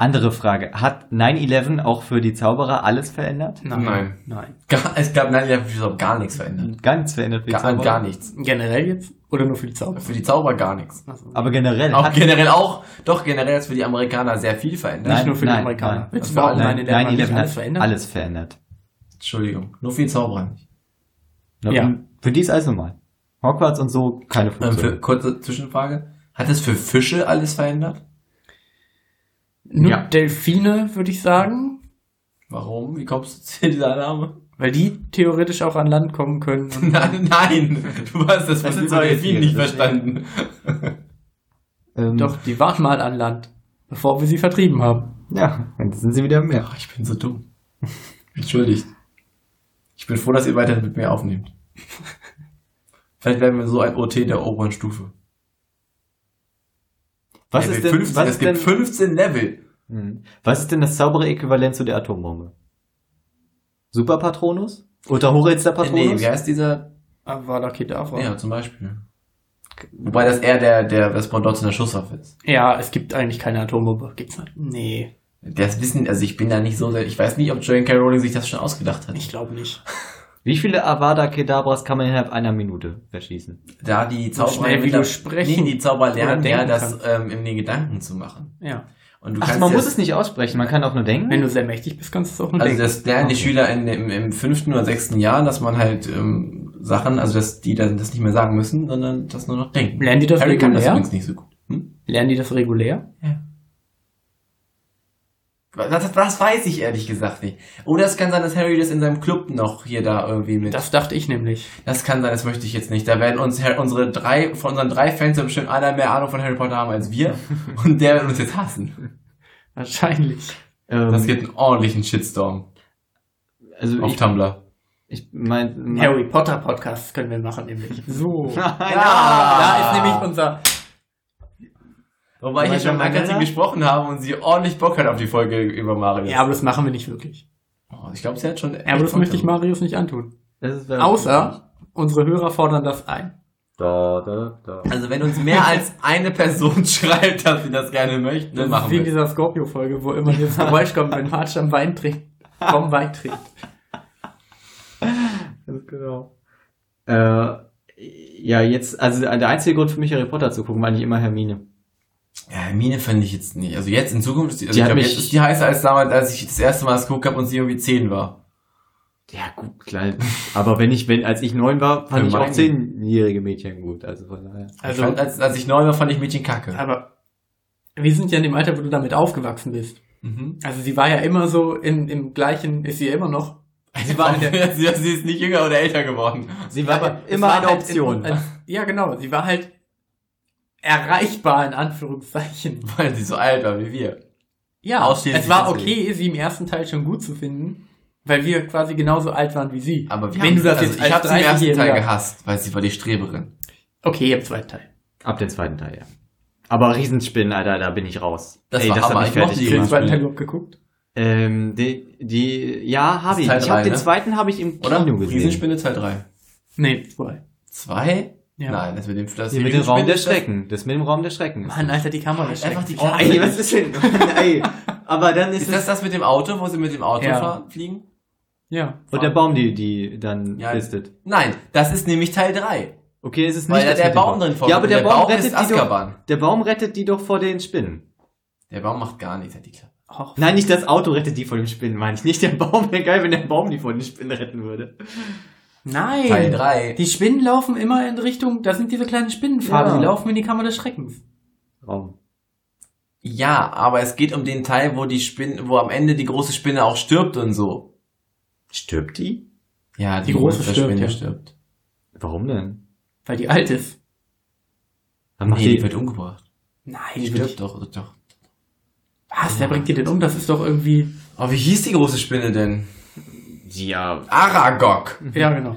S2: Andere Frage. Hat 9-11 auch für die Zauberer alles verändert?
S3: Äh, nein.
S1: Nein.
S3: Nein.
S1: Gar, es gab nein, ich habe gar nichts verändert.
S2: Gar nichts verändert für die
S1: Gar,
S2: Zauberer.
S1: gar nichts.
S3: Generell jetzt? Oder nur für die Zauber?
S1: Für die Zauber gar nichts.
S3: Ach so.
S2: Aber generell.
S1: Auch
S2: hat-
S1: generell auch, doch generell ist für die Amerikaner sehr viel verändert.
S3: Nicht nur für die
S2: nein,
S3: Amerikaner.
S2: nein.
S3: Jetzt
S1: Warum
S3: war
S2: nein, halt
S3: 9-11 hat
S2: 9-11
S3: nicht alles
S2: hat
S3: verändert.
S2: alles verändert.
S1: Entschuldigung, nur für die Zauberer nicht.
S2: Na,
S3: Ja.
S2: Für die ist alles normal. Hogwarts und so keine
S1: Ähm,
S2: Funktion.
S1: für, kurze Zwischenfrage. Hat es für Fische alles verändert?
S3: Nur
S2: Ja.
S3: Delfine, würde ich sagen.
S1: Warum? Wie kommst du zu dieser Annahme?
S3: Weil die theoretisch auch an Land kommen können. Und
S1: Nein, nein, du hast das,
S2: Das
S1: von
S2: sind
S1: diesem Delfin
S2: Säugetiere,
S1: nicht
S2: deswegen.
S1: verstanden.
S2: ähm,
S3: Doch, die waren mal an Land, bevor wir sie vertrieben haben.
S2: Ähm, Ja, jetzt sind sie wieder im Meer.
S1: Ach, ich bin so dumm. Entschuldigt. Ich bin froh, dass ihr weiterhin mit mir aufnehmt. Vielleicht werden wir so ein OT der oberen Stufe.
S2: Was
S1: Level
S2: ist denn,
S1: 15,
S2: was
S1: es
S2: ist denn,
S1: gibt 15 Level.
S2: Hm. was ist denn das Zauberer-Äquivalent zu der Atombombe? Super Patronus? Oder Horizda Patronus?
S1: Äh, Nee, wie heißt dieser?
S3: Aber Ah, war doch Kedavra.
S1: Ja, zum Beispiel. Wobei das eher der, der Respondor zu einer Schusswaffe ist.
S3: Ja, es gibt eigentlich keine Atombombe. Gibt's nicht? Nee,
S1: Das wissen, also ich bin da nicht so sehr, ich weiß nicht, ob Joanne K. Rowling sich das schon ausgedacht hat.
S3: ich glaube nicht.
S2: Wie viele Avada Kedavras kann man innerhalb einer Minute verschießen?
S1: Da die Zauberer
S3: schnell, wie
S1: mit der-
S3: du sprechen
S1: nee, die Zauberer
S3: oder
S1: lernen ja,
S3: denken
S1: das ähm, in den Gedanken zu machen.
S3: Ja.
S1: Und du
S2: Ach,
S1: kannst
S2: man
S1: ja-
S2: muss es nicht aussprechen, man kann auch nur denken.
S3: Wenn du sehr mächtig bist, kannst du es auch nur
S1: also
S3: denken.
S1: das lernen die
S2: Okay.
S1: Schüler in, im, im fünften oder sechsten Jahr, dass man halt ähm, Sachen, also dass die dann das nicht mehr sagen müssen, sondern das nur noch denken.
S3: Lernen die das
S1: Harry kann das
S3: regulär?
S1: übrigens nicht so gut. Hm?
S3: Lernen die das regulär?
S1: Das, das weiß ich ehrlich gesagt nicht. Oder es kann sein, dass Harry das in seinem Club noch hier da irgendwie mit.
S3: Das dachte ich nämlich.
S1: Das kann sein, das möchte ich jetzt nicht. Da werden uns Har- unsere drei, von unseren drei Fans ja bestimmt einer mehr Ahnung von Harry Potter haben als wir. Und der wird uns jetzt hassen.
S3: Wahrscheinlich.
S2: ähm,
S1: Das gibt einen ordentlichen Shitstorm
S3: Ähm,
S2: also
S1: auf
S2: ich,
S1: Tumblr.
S2: ich mein, mein
S3: Harry Potter Podcast können wir machen nämlich. So. Da
S2: Ja.
S3: ist nämlich unser
S1: Wobei ich
S2: Aber
S1: ja schon
S2: schon
S1: mit Ankatrin
S2: Manella?
S1: gesprochen habe und sie ordentlich Bock hat auf die Folge über Marius.
S3: Ja, aber das machen wir nicht wirklich.
S1: Oh, ich glaube, sie hat schon...
S3: Ja, aber das möchte ich Marius nicht antun.
S2: Das ist äh, sehr
S3: Außer unsere Hörer fordern das ein.
S5: Da, da, da.
S1: Also wenn uns mehr als eine Person schreibt, dass sie das gerne möchten, dann
S3: Das ist
S1: machen
S3: wie in
S1: wir
S3: dieser Scorpio-Folge, wo immer dieses Geräusch kommt, wenn March am Wein trinkt. Vom Wein trinkt.
S2: Ganz genau. Äh, ja, jetzt, also der einzige Grund für mich, Harry Potter zu gucken, war nicht immer Hermine.
S1: Ja, Hermine fand ich jetzt nicht. Also jetzt in Zukunft ist die, also
S2: Die
S1: ich
S2: hat
S1: glaube,
S2: mich-
S1: jetzt ist die heißer als damals, als ich das erste Mal das geguckt habe und sie irgendwie 10 war.
S2: Ja, gut, klar. Aber wenn ich, wenn, als ich neun war, fand ich auch
S1: Hermione.
S2: zehnjährige Mädchen gut. Also von daher.
S1: ich fand, als, als ich neun war, fand ich Mädchen kacke.
S3: Aber wir sind ja in dem Alter, wo du damit aufgewachsen bist.
S1: Mhm.
S3: Also sie war ja immer so im, im gleichen, ist sie ja immer noch.
S1: Sie, war sie, sie ist nicht jünger oder älter geworden.
S2: Sie war
S3: Aber es
S2: immer
S3: war
S2: eine
S3: halt
S2: Option.
S3: in- ja, genau. Sie war halt erreichbar in Anführungszeichen.
S1: Weil sie so alt war wie wir.
S3: Ja,
S1: Ausschließlich
S3: es war
S1: deswegen.
S3: okay, sie im ersten Teil schon gut zu finden, weil wir quasi genauso alt waren wie sie.
S1: Aber wir
S3: Wenn du das
S1: also
S3: jetzt
S1: ich habe
S3: als
S1: sie im ersten Teil
S3: 30-Jähriger-
S1: gehasst, weil sie war die Streberin.
S3: Okay, im zweiten Teil.
S2: Ab dem zweiten Teil, ja. Aber Riesenspinnen, Alter, da bin ich raus.
S1: Das war Hammer. Ich mochte die
S3: Hast du den
S1: Riesenspinnen.
S2: gemacht.
S3: zweiten Teil überhaupt geguckt?
S2: Ähm, die, die, ja,
S1: Ist
S2: habe ich.
S1: Teil
S2: Ich
S1: drei,
S2: habe den
S1: ne?
S2: zweiten habe ich im
S1: Oder?
S2: Kino gesehen.
S1: Riesenspinne Teil 3.
S3: Nee, zwei.
S1: 2?
S3: Ja.
S1: Nein, das mit dem das
S2: Die mit dem Raum der
S1: das-
S2: Schrecken. Das mit dem Raum der Schrecken. ist
S3: Mann,
S2: das.
S3: Alter, die Kamera ist
S1: Einfach die
S2: Oh,
S1: Klappe.
S2: ey, was ist denn? ey. Aber dann ist,
S1: ist das das mit dem Auto, wo sie mit dem Auto
S3: Ja.
S1: fahren, fliegen?
S3: Ja.
S2: Und der Baum, die, die dann
S1: Ja.
S2: listet.
S1: Nein, das ist nämlich Teil 3.
S2: Okay, es ist nicht
S1: Weil da
S2: das
S1: der
S2: mit dem
S1: Baum drin vorkommt.
S2: Ja, aber der, Baum, rettet
S1: ist
S2: die doch,
S1: Azkaban.
S2: Der Baum rettet die doch vor den Spinnen.
S1: Der Baum macht gar nichts, hat die Klappe.
S3: Och,
S2: Nein, nicht das Auto rettet die vor den Spinnen, meine ich. Nicht der Baum. Wäre geil, wenn der Baum die vor den Spinnen retten würde.
S3: nein.
S1: Teil 3.
S3: Die Spinnen laufen immer in Richtung, da sind diese kleinen Spinnenfarben,
S2: Ja.
S3: die laufen in die Kammer des Schreckens.
S2: Raum.
S1: Ja, aber es geht um den Teil, wo die Spinne, wo am Ende die große Spinne auch stirbt und so.
S2: Stirbt die?
S1: Ja,
S3: Die große stirbt, ja.
S1: stirbt.
S2: Warum denn?
S3: Weil die alt ist.
S2: Dann macht
S1: nee, die
S2: die,
S1: wird umgebracht.
S3: Nein,
S1: Die
S3: die
S1: stirbt
S3: wird nicht.
S1: doch, doch.
S3: Was? Wer bringt die denn um? Das ist doch irgendwie.
S1: Oh, wie hieß die große Spinne denn?
S2: um- ja,
S1: Aragog.
S3: Ja, genau.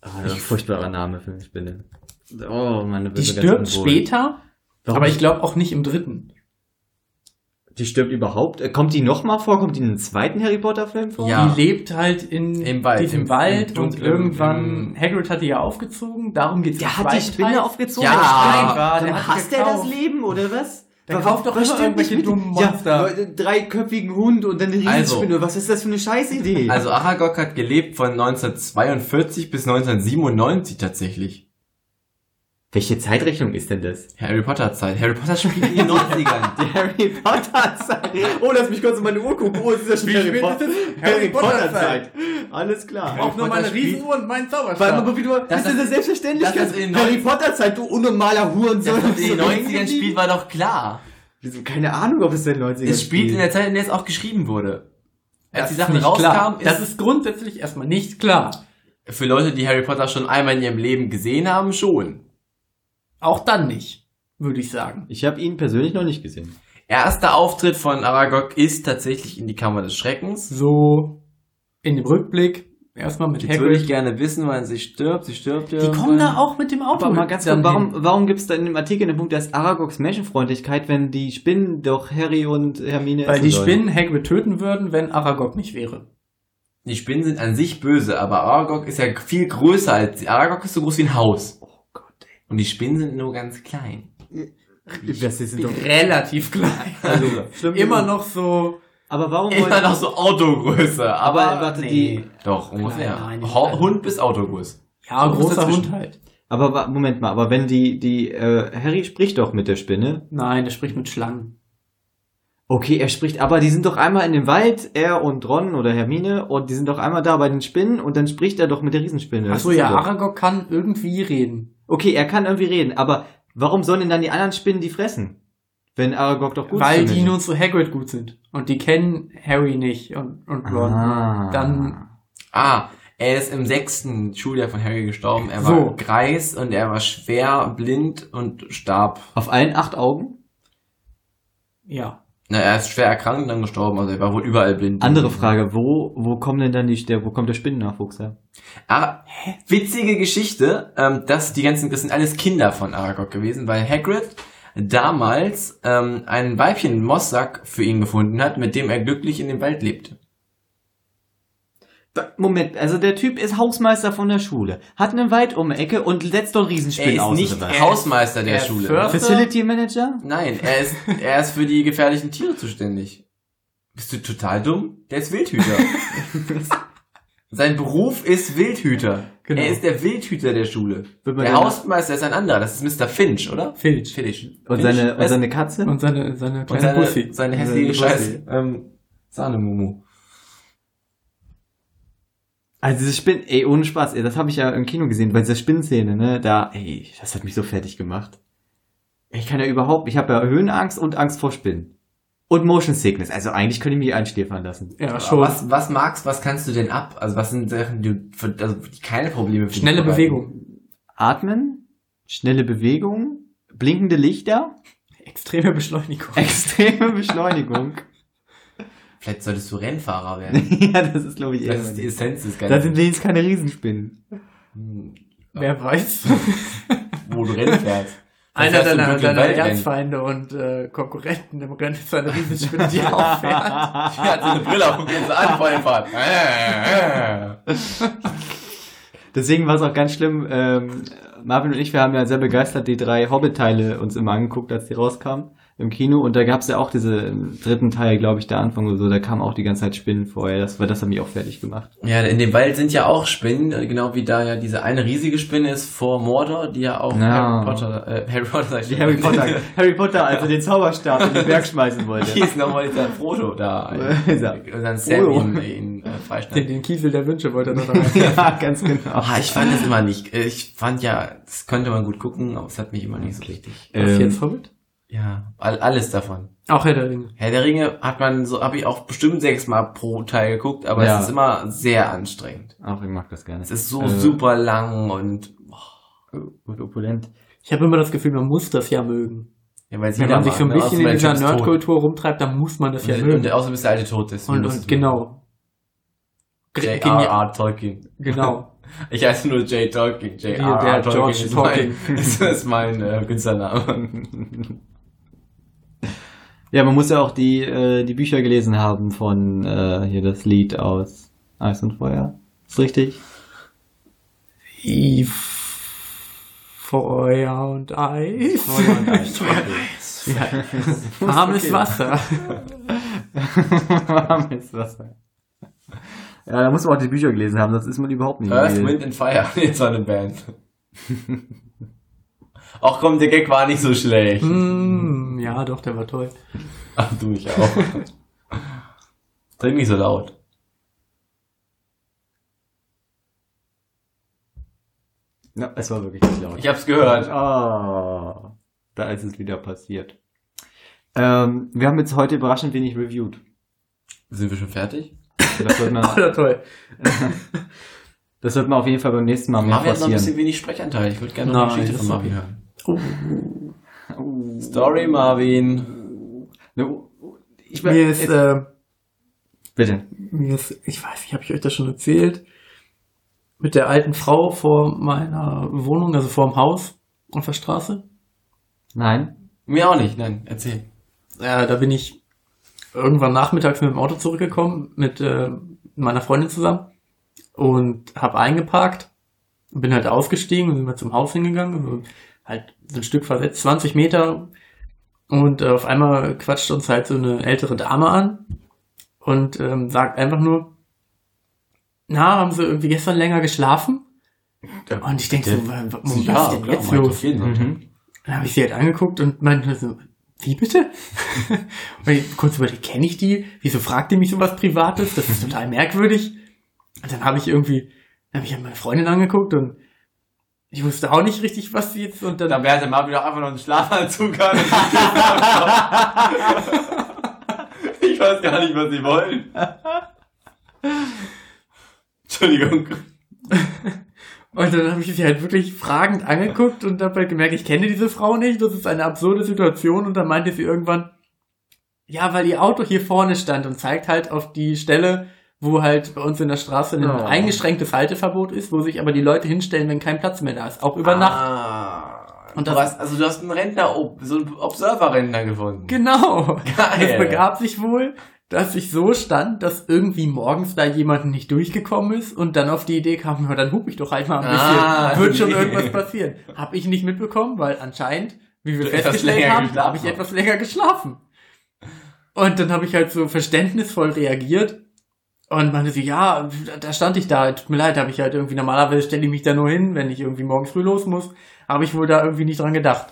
S2: Ah, das ist ein furchtbarer Name für eine Spinne. Oh, meine
S3: Die stirbt später,
S2: Warum?
S3: aber ich glaube auch nicht im dritten.
S2: Die stirbt überhaupt? Äh, Kommt die nochmal vor? Kommt die in den zweiten Harry Potter Film vor?
S1: Ja.
S3: Die lebt halt in
S1: Im Wald,
S3: diesem
S1: im-
S3: Wald
S1: im
S3: und
S1: dunklen,
S3: irgendwann,
S1: im-
S3: Hagrid hat die ja aufgezogen, darum geht's im
S2: Der hat die
S3: zweiten
S2: Spinne
S3: Teil.
S2: aufgezogen.
S1: Ja.
S2: als ich klein war.
S3: Dann
S2: Dann
S3: hat
S2: hasst er das
S3: gekauft.
S2: Leben, oder was?
S3: Dann
S2: Wa-
S3: kauft doch
S2: was
S3: immer
S2: stimmt nicht
S3: irgendwelche
S2: mit-
S3: dummen
S2: Ja,
S3: Monster.
S2: Leute, einen dreiköpfigen Hund und dann eine
S1: Also.
S2: Riesenspinne. was ist das für eine Scheißidee?
S1: Also Aragog hat gelebt von 1942 bis 1997 tatsächlich.
S2: welche Zeitrechnung ist denn das?
S1: Harry Potter Zeit. Harry Potter spielt in den 90ern.
S2: Die Harry Potter Zeit. Oh, lass mich kurz in meine Uhr gucken. Oh, es ist das schon Harry,
S3: spät
S2: Potter.
S3: ist es?
S2: Harry
S3: Harry
S2: Potter
S3: Potter
S2: Zeit. Alles klar.
S3: Auch nur meine
S1: Das Spiel-
S3: Riesenuhr und meinen
S2: Weil
S3: Zauberstab.
S2: man wie du das ist
S1: das-
S2: eine Selbstverständlichkeit.
S1: das ist in den
S2: Harry Potter Zeit, du unnormaler Hurensohn.
S1: Dass das in den
S2: So
S1: 90ern spielt, war doch klar.
S2: Wieso? Keine Ahnung, ob es denn 90er
S1: Es spielt in der Zeit, in der es auch geschrieben wurde. Als die Sachen
S3: nicht klar.
S1: rauskamen,
S3: Das
S1: ist
S3: ist grundsätzlich erstmal nicht klar.
S1: für Leute, die Harry Potter schon einmal in ihrem Leben gesehen haben, schon.
S3: Auch dann nicht, würde ich sagen.
S2: Ich habe ihn persönlich noch nicht gesehen.
S1: Erster Auftritt von Aragog ist tatsächlich in die Kammer des Schreckens.
S3: So in dem Rückblick erstmal mit
S1: Jetzt würde ich
S3: Hagrid.
S1: gerne wissen, wann sie stirbt. Sie stirbt ja.
S3: Die kommen da auch mit dem Auto.
S2: Aber mal
S3: mit
S2: ganz
S3: dann
S2: kurz,
S3: hin.
S2: warum, warum gibt es da in dem Artikel den Punkt, dass Aragogs Menschenfreundlichkeit, wenn die Spinnen doch Harry und Hermine
S3: Weil
S2: essen
S3: die
S2: sollen?
S3: Spinnen Hagrid töten würden, wenn Aragog nicht wäre.
S1: Die Spinnen sind an sich böse, aber Aragog ist ja viel größer als. Aragog ist so groß wie ein Haus.
S2: Oh Gott, ey.
S1: Und die Spinnen sind nur ganz klein.
S2: Das ist doch...
S3: Relativ klein.
S2: Also, schlimm
S3: Immer
S2: genug.
S3: noch so.
S2: Aber warum
S1: Immer noch so Autogröße, aber.
S2: Aber warte, die...
S1: doch, ungefähr.
S3: Nein, nein,
S1: Ho-
S3: nein.
S1: Hund bis Autogröß.
S3: Ja,
S1: So
S3: großer
S1: dazwischen.
S3: Hund halt.
S2: Aber wa- Moment mal, aber wenn die... die äh, Harry spricht doch mit der Spinne.
S3: Nein, der spricht mit Schlangen.
S2: Okay, er spricht, aber die sind doch einmal in dem Wald, er und Ron oder Hermine, und die sind doch einmal da bei den Spinnen, und dann spricht er doch mit der Riesenspinne. Das
S3: Achso,
S2: ist
S3: ja,
S2: doch-
S3: Aragog kann irgendwie reden.
S2: Okay, er kann irgendwie reden, aber warum sollen denn dann die anderen Spinnen die fressen? Wenn Aragog doch gut
S3: weil
S2: findet?
S3: die nur zu Hagrid gut sind. Und die kennen Harry nicht und, und Ron.
S2: Ah.
S3: Dann,
S1: Ah, er ist im sechsten Schuljahr von Harry gestorben. Er
S3: So.
S1: war greis und er war schwer blind und starb.
S2: Auf allen acht Augen?
S3: ja.
S1: Na, er ist schwer erkrankt und dann gestorben. Also er war wohl überall blind.
S2: Andere Frage, wo, wo kommen denn dann die, der, wo kommt der Spinnennachwuchs her?
S1: Ah, witzige Geschichte, ähm, dass die ganzen, das sind alles Kinder von Aragog gewesen, weil Hagrid damals ähm, ein Weibchen Mossack für ihn gefunden hat, mit dem er glücklich in dem Wald lebte.
S2: Da- Moment, also der Typ ist Hausmeister von der Schule, hat einen Wald um die Ecke und setzt doch
S1: Er
S2: Riesenspinnen
S1: ist
S2: aus.
S1: nicht
S2: oder was?
S1: Hausmeister der
S3: er
S1: Schule.
S3: first-
S2: Facility Manager?
S1: Nein, er ist, er ist für die gefährlichen Tiere zuständig. Bist du total dumm? Der ist Wildhüter. Sein Beruf ist Wildhüter.
S3: Genau.
S1: Er ist der Wildhüter der Schule.
S2: Wird man
S1: Der
S2: denn-
S1: Hausmeister ist ein anderer. Das ist Mr. Finch, oder?
S3: Filch.
S1: Finch.
S2: Und
S1: Finch?
S2: seine, und
S1: Weißt-
S2: seine Katze?
S3: Und seine, seine
S1: und
S3: kleine
S1: seine,
S3: Pussy.
S1: seine hässliche
S2: Seine
S1: Scheiß
S2: Pussy.
S1: ähm, Sahnemumu.
S2: Also diese Spinnen, ey, ohne Spaß, ey, das habe ich ja im Kino gesehen, bei dieser Spinnenszene, ne, da, ey, das hat mich so fertig gemacht. Ich kann ja überhaupt, ich habe ja Höhenangst und Angst vor Spinnen. Und Motion Sickness, also eigentlich könnte ich mich einschläfern lassen.
S3: Ja,
S1: Aber
S3: schon.
S1: Was, was magst, was kannst du denn ab? Also was sind Sachen, die, du- für- also die keine Probleme für dich
S3: Schnelle
S1: bereiten?
S3: Bewegung.
S2: Atmen, schnelle Bewegung, blinkende Lichter,
S3: Extreme Beschleunigung.
S2: extreme Beschleunigung.
S1: Vielleicht solltest du Rennfahrer werden.
S2: ja, das ist, glaube ich, eher.
S1: Das ist die Essenz des
S2: Da sind
S1: Ganzen.
S2: wenigstens keine Riesenspinnen.
S1: Hm,
S3: Wer weiß.
S1: Wo du Rennen fährst.
S3: Einer
S1: Vielleicht hast du
S3: deiner,
S1: Glück im
S3: deiner
S1: Waldrennen.
S3: Erzfeinde und äh, Konkurrenten im Rennen ist eine Riesenspinne, die auffährt.
S1: Die hat so eine Brille auf, guck dir sie an vor dem Fahren. Äh, äh.
S2: Deswegen war es auch ganz schlimm. Ähm, Marvin und ich, wir haben ja sehr begeistert die drei Hobbit-Teile uns immer angeguckt, als die rauskamen im Kino. Und da gab es ja auch diese im dritten Teil, glaube ich, der Anfang oder so. Da kamen auch die ganze Zeit Spinnen vorher. Das, war, das hat mich auch fertig gemacht.
S1: Ja, in dem Wald sind ja auch Spinnen, äh, genau wie da ja diese eine riesige Spinne ist vor Mordor, die ja auch Harry
S2: Ja.
S1: Potter, äh, Harry Potter, sag ich
S2: Die
S1: schon.
S2: Harry Potter, Harry Potter, als er den Zauberstab in den Berg schmeißen wollte.
S1: Hier ist nochmal dieser Frodo da.
S2: Ja.
S1: Und dann Sam
S2: Oh.
S1: ihn, ihn äh,
S3: Den,
S1: freischneidet.
S3: den Kiesel der Wünsche wollte er noch rein.
S2: ja, ganz genau.
S1: Ah, ich fand das immer nicht. äh, Ich fand ja, das könnte man gut gucken, aber es hat mich immer nicht so richtig.
S3: Was
S2: Ähm,
S3: jetzt Hobbit?
S1: Ja, all, alles davon.
S3: Auch Herr der Ringe.
S1: Herr der Ringe hat man so, habe ich auch bestimmt sechsmal pro Teil geguckt, aber
S2: Ja.
S1: es ist immer sehr anstrengend.
S2: Ach, ich mag das gerne.
S1: Es ist so
S2: Äh,
S3: Also
S1: super lang und
S2: Und opulent.
S3: Ich habe immer das Gefühl, man muss das ja mögen.
S1: ja, weil es
S3: Wenn
S1: jeder
S3: man sich
S1: macht,
S3: so ein
S1: ne?
S3: bisschen
S1: Außer
S3: in
S1: der
S3: dieser
S1: Typ ist tot.
S3: Nerdkultur rumtreibt, dann muss man das ja
S1: Und,
S3: mögen.
S1: und außer bis der alte tot ist.
S3: Und,
S1: Das
S3: und
S1: ist-
S3: genau. Gre- genia-
S1: J.R.R. Tolkien.
S3: Genau.
S1: Ich heiße nur J. Tolkien.
S3: der
S1: J.R.R. Tolkien
S3: George
S1: ist mein, ist, ist mein äh, Künstlername.
S2: Ja, man muss ja auch die, äh, die Bücher gelesen haben von äh, hier das Lied aus Eis und Feuer. Ist richtig?
S3: I- Feuer und Eis. Warmes Wasser.
S2: Warmes Wasser. Ja, da muss man auch die Bücher gelesen haben, sonst ist man überhaupt nicht
S1: Earth,
S2: gewesen.
S1: Wind and Fire. Jetzt war eine Band. Auch komm, der Gag war nicht so schlecht.
S3: Mm, ja, doch, der war toll.
S1: Ach, du mich auch. Trink nicht so laut.
S2: Ja, es war wirklich nicht laut.
S1: Ich hab's gehört.
S2: Ah, da ist es wieder passiert. Ähm, wir haben jetzt heute überraschend wenig reviewed.
S1: Sind wir schon fertig?
S2: Das wird
S3: Oh,
S2: man,
S3: der war toll.
S2: das wird man auf jeden Fall beim nächsten Mal mehr
S1: Marvin hat noch ein bisschen
S2: forcieren.
S1: wenig Sprechanteil. Ich würde gerne noch eine
S3: Nein,
S1: Geschichte von
S3: das
S1: Marvin hören. Story Marvin.
S2: Ne, Ich,
S3: Mir ist,
S2: jetzt-
S3: äh,
S2: bitte.
S3: mir ist, ich weiß nicht, habe ich euch das schon erzählt, mit der alten Frau vor meiner Wohnung, also vor dem Haus auf der Straße.
S2: Nein.
S1: Mir auch nicht, nein, erzähl.
S3: Ja, Äh, da bin ich irgendwann nachmittags mit dem Auto zurückgekommen, mit äh, meiner Freundin zusammen und habe eingeparkt, bin halt ausgestiegen und sind wir zum Haus hingegangen, so, halt so ein Stück versetzt, 20 Meter und äh, auf einmal quatscht uns halt so eine ältere Dame an und ähm, sagt einfach nur, na, haben sie irgendwie gestern länger geschlafen? Und ich denke so, wa- wa- Moment, was ist denn
S1: meint
S3: jetzt los? Mhm.
S1: auf jeden Fall.
S3: Dann habe ich sie halt angeguckt und meinte so, wie bitte? und ich kurz überlegt, kenne ich die? Wieso fragt die mich sowas Privates? Das ist total merkwürdig. Und dann habe ich irgendwie, dann habe ich halt meine Freundin angeguckt und ich wusste auch nicht richtig, was sie jetzt und dann.
S1: Dann wäre der Marvin doch einfach noch einen Schlafanzug an. ich weiß gar nicht, was sie wollen. Entschuldigung.
S3: Und dann habe ich sie halt wirklich fragend angeguckt und habe halt gemerkt, ich kenne diese Frau nicht, das ist eine absurde Situation. Und dann meinte sie irgendwann, ja, weil ihr Auto hier vorne stand und zeigt halt auf die Stelle, wo halt bei uns in der Straße ein
S2: Oh.
S3: eingeschränktes Halteverbot ist, wo sich aber die Leute hinstellen, wenn kein Platz mehr da ist, auch über Nacht.
S1: Ah,
S3: Und
S1: du
S3: das-
S1: hast, also du hast einen Rentner, so einen Observer-Rentner gefunden.
S3: Genau. Es
S1: Geil.
S3: begab sich wohl, dass ich so stand, dass irgendwie morgens da jemand nicht durchgekommen ist und dann auf die Idee kam, ja, dann hup ich doch einmal ein bisschen.
S1: Ah,
S3: Wird schon
S1: nee.
S3: irgendwas passieren. Hab ich nicht mitbekommen, weil anscheinend, wie wir
S1: Du etwas
S3: festgestellt
S1: länger
S3: haben,
S1: geschlafen
S3: habe ich
S1: hast.
S3: etwas länger geschlafen. Und dann habe ich halt so verständnisvoll reagiert und meinte so, ja, da stand ich da, tut mir leid, habe ich halt irgendwie, normalerweise stelle ich mich da nur hin, wenn ich irgendwie morgen früh los muss, habe ich wohl da irgendwie nicht dran gedacht.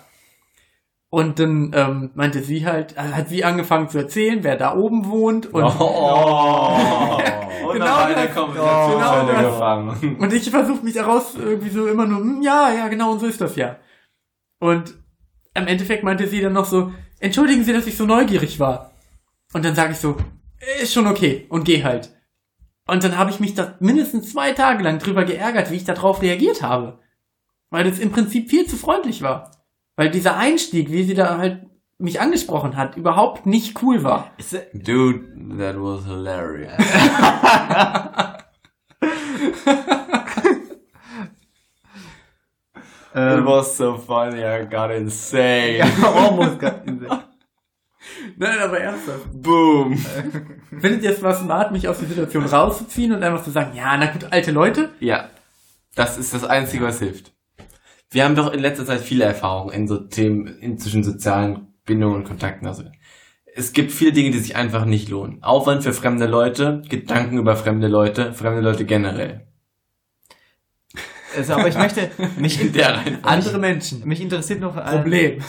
S3: Und dann ähm, meinte sie halt, also hat sie angefangen zu erzählen, wer da oben wohnt. Und,
S1: Oh. Und dann
S3: Genau das.
S1: weiter Kommunikation
S3: Genau das.
S2: Ähm,
S1: gefangen.
S3: und ich versuche mich daraus irgendwie so immer nur, "Hm, ja, ja, genau, und so ist das ja. Und im Endeffekt meinte sie dann noch so, entschuldigen Sie, dass ich so neugierig war. Und dann sage ich so, ist schon okay und geh halt. Und dann habe ich mich da mindestens zwei Tage lang drüber geärgert, wie ich darauf reagiert habe. Weil das im Prinzip viel zu freundlich war. Weil dieser Einstieg, wie sie da halt mich angesprochen hat, überhaupt nicht cool war.
S1: Dude, that was hilarious. It was so funny, I got insane.
S3: Nein, aber ernsthaft.
S1: Boom.
S3: Findet ihr es war smart, mich aus der Situation rauszuziehen und einfach zu sagen, ja, na gut, alte Leute?
S1: Ja, das ist das Einzige, was hilft. Wir haben doch in letzter Zeit viele Erfahrungen in so Themen, in zwischen sozialen Bindungen und Kontakten. Also es gibt viele Dinge, die sich einfach nicht lohnen. Aufwand für fremde Leute, Gedanken über fremde Leute, fremde Leute generell.
S2: Also, aber ich möchte,
S1: In
S2: mich,
S1: der Reihenfolge.
S3: Andere Menschen.
S2: mich interessiert noch ein,
S3: Problem.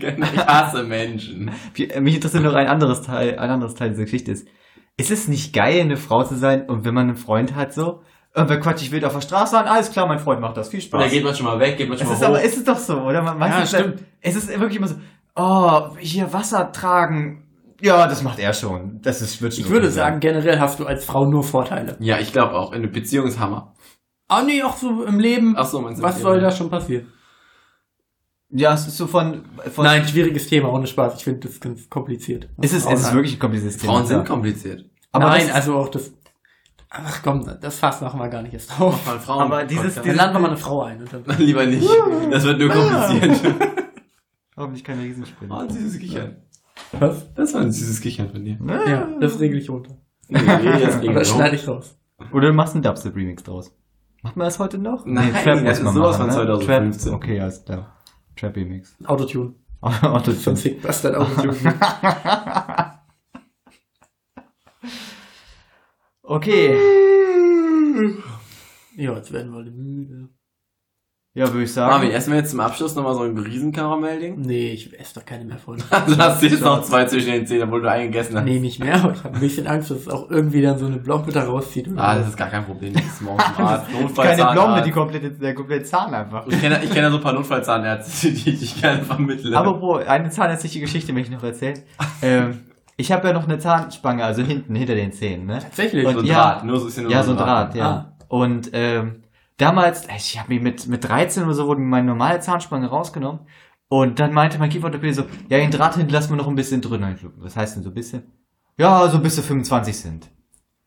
S1: Genau, ich hasse Menschen.
S2: äh, mich interessiert noch ein anderes Teil, ein anderes Teil dieser Geschichte ist. Ist es nicht geil, eine Frau zu sein und wenn man einen Freund hat so, irgendwer quatscht ich wild auf der Straße an, alles klar, mein Freund macht das, viel
S1: Und da
S2: Spaß.
S1: geht man schon mal weg, geht man schon
S2: Es ist
S1: mal
S2: aber,
S1: hoch.
S2: ist es doch so, oder? Man, meistens
S3: Ja,
S2: dann- es ist wirklich immer so, oh, hier Wasser tragen. Ja, das macht er schon. Das ist, wird schon
S3: Ich würde
S2: okay sein.
S3: sagen, generell hast du als Frau nur Vorteile.
S1: Ja, ich glaube auch. In der Beziehung ist Hammer.
S3: Ah, nee, auch so im Leben.
S1: Ach so, meinst du
S3: Was
S1: das
S3: soll
S1: Leben?
S3: da schon passieren?
S2: Ja, es ist so von, von
S3: Nein, schwieriges Thema, ohne Spaß. Ich finde das ganz kompliziert.
S2: Ist es, es ist
S3: Frauen-
S2: wirklich ein kompliziertes Thema.
S1: Frauen sind
S2: ja.
S1: kompliziert.
S2: aber
S3: Nein,
S2: das,
S3: also auch das. Ach komm, das Fass machen wir gar nicht erst auf.
S1: Von Frauen.
S2: Aber dieses-
S3: Dann laden wir mal eine Frau ein. Und dann
S1: Lieber nicht. Das wird nur kompliziert.
S2: Hoffentlich kein Riesensprint.
S1: süßes Kichern.
S3: Was?
S1: Das war ein süßes Kichern von dir.
S3: Ja, das regel ich runter.
S1: Nee, das
S3: Oder
S2: genau.
S3: schneide ich raus.
S2: Oder du machst einen Dubstep-Remix draus. Macht man das heute noch?
S1: Nein, Trap
S2: muss
S1: ist
S2: man
S1: sowas
S2: machen,
S1: von
S2: ne?
S1: 2015.
S2: Trap, okay, alles klar. Trap-Remix.
S3: Autotune.
S2: Autotune.
S3: Von Sick Bastard Autotune.
S2: okay.
S3: ja, jetzt werden wir alle müde.
S2: Ja, würde ich sagen.
S1: Marvin, essen wir jetzt zum Abschluss nochmal so ein Riesenkaramell-Ding?
S3: Nee, ich esse doch keine mehr von.
S1: Lass dir jetzt noch zwei zwischen den Zähnen, obwohl du einen gegessen hast.
S3: nee, nicht mehr, aber ich habe ein bisschen Angst, dass es auch irgendwie dann so eine Blombe da rauszieht. oder
S1: Ah,
S3: so.
S1: das ist gar kein Problem. Das ist morgen zum Arzt.
S2: Keine
S1: Notfallzahnarzt.
S2: Blombe, die komplette, der komplette Zahn einfach.
S1: Ich kenne, ich kenne so ein paar Notfallzahnärzte, die ich gerne vermittle.
S2: Aber wo, eine zahnärztliche Geschichte möchte ich noch erzählen. ähm, ich habe ja noch eine Zahnspange, also hinten, hinter den Zähnen, ne?
S3: Tatsächlich.
S1: so ein
S2: ja.
S1: Draht, nur so ist nur
S2: Ja, so ein Draht, ja.
S3: Ah.
S2: Und ähm, damals, ey, ich habe mir mit, mit 13 oder so wurde mir meine normale Zahnspange rausgenommen. Und dann meinte mein Kieferorthopäde so, ja, den Draht hinten lassen wir noch ein bisschen drin. Und ich so, Was heißt denn so ein bisschen? Ja, so bis sie 25 sind.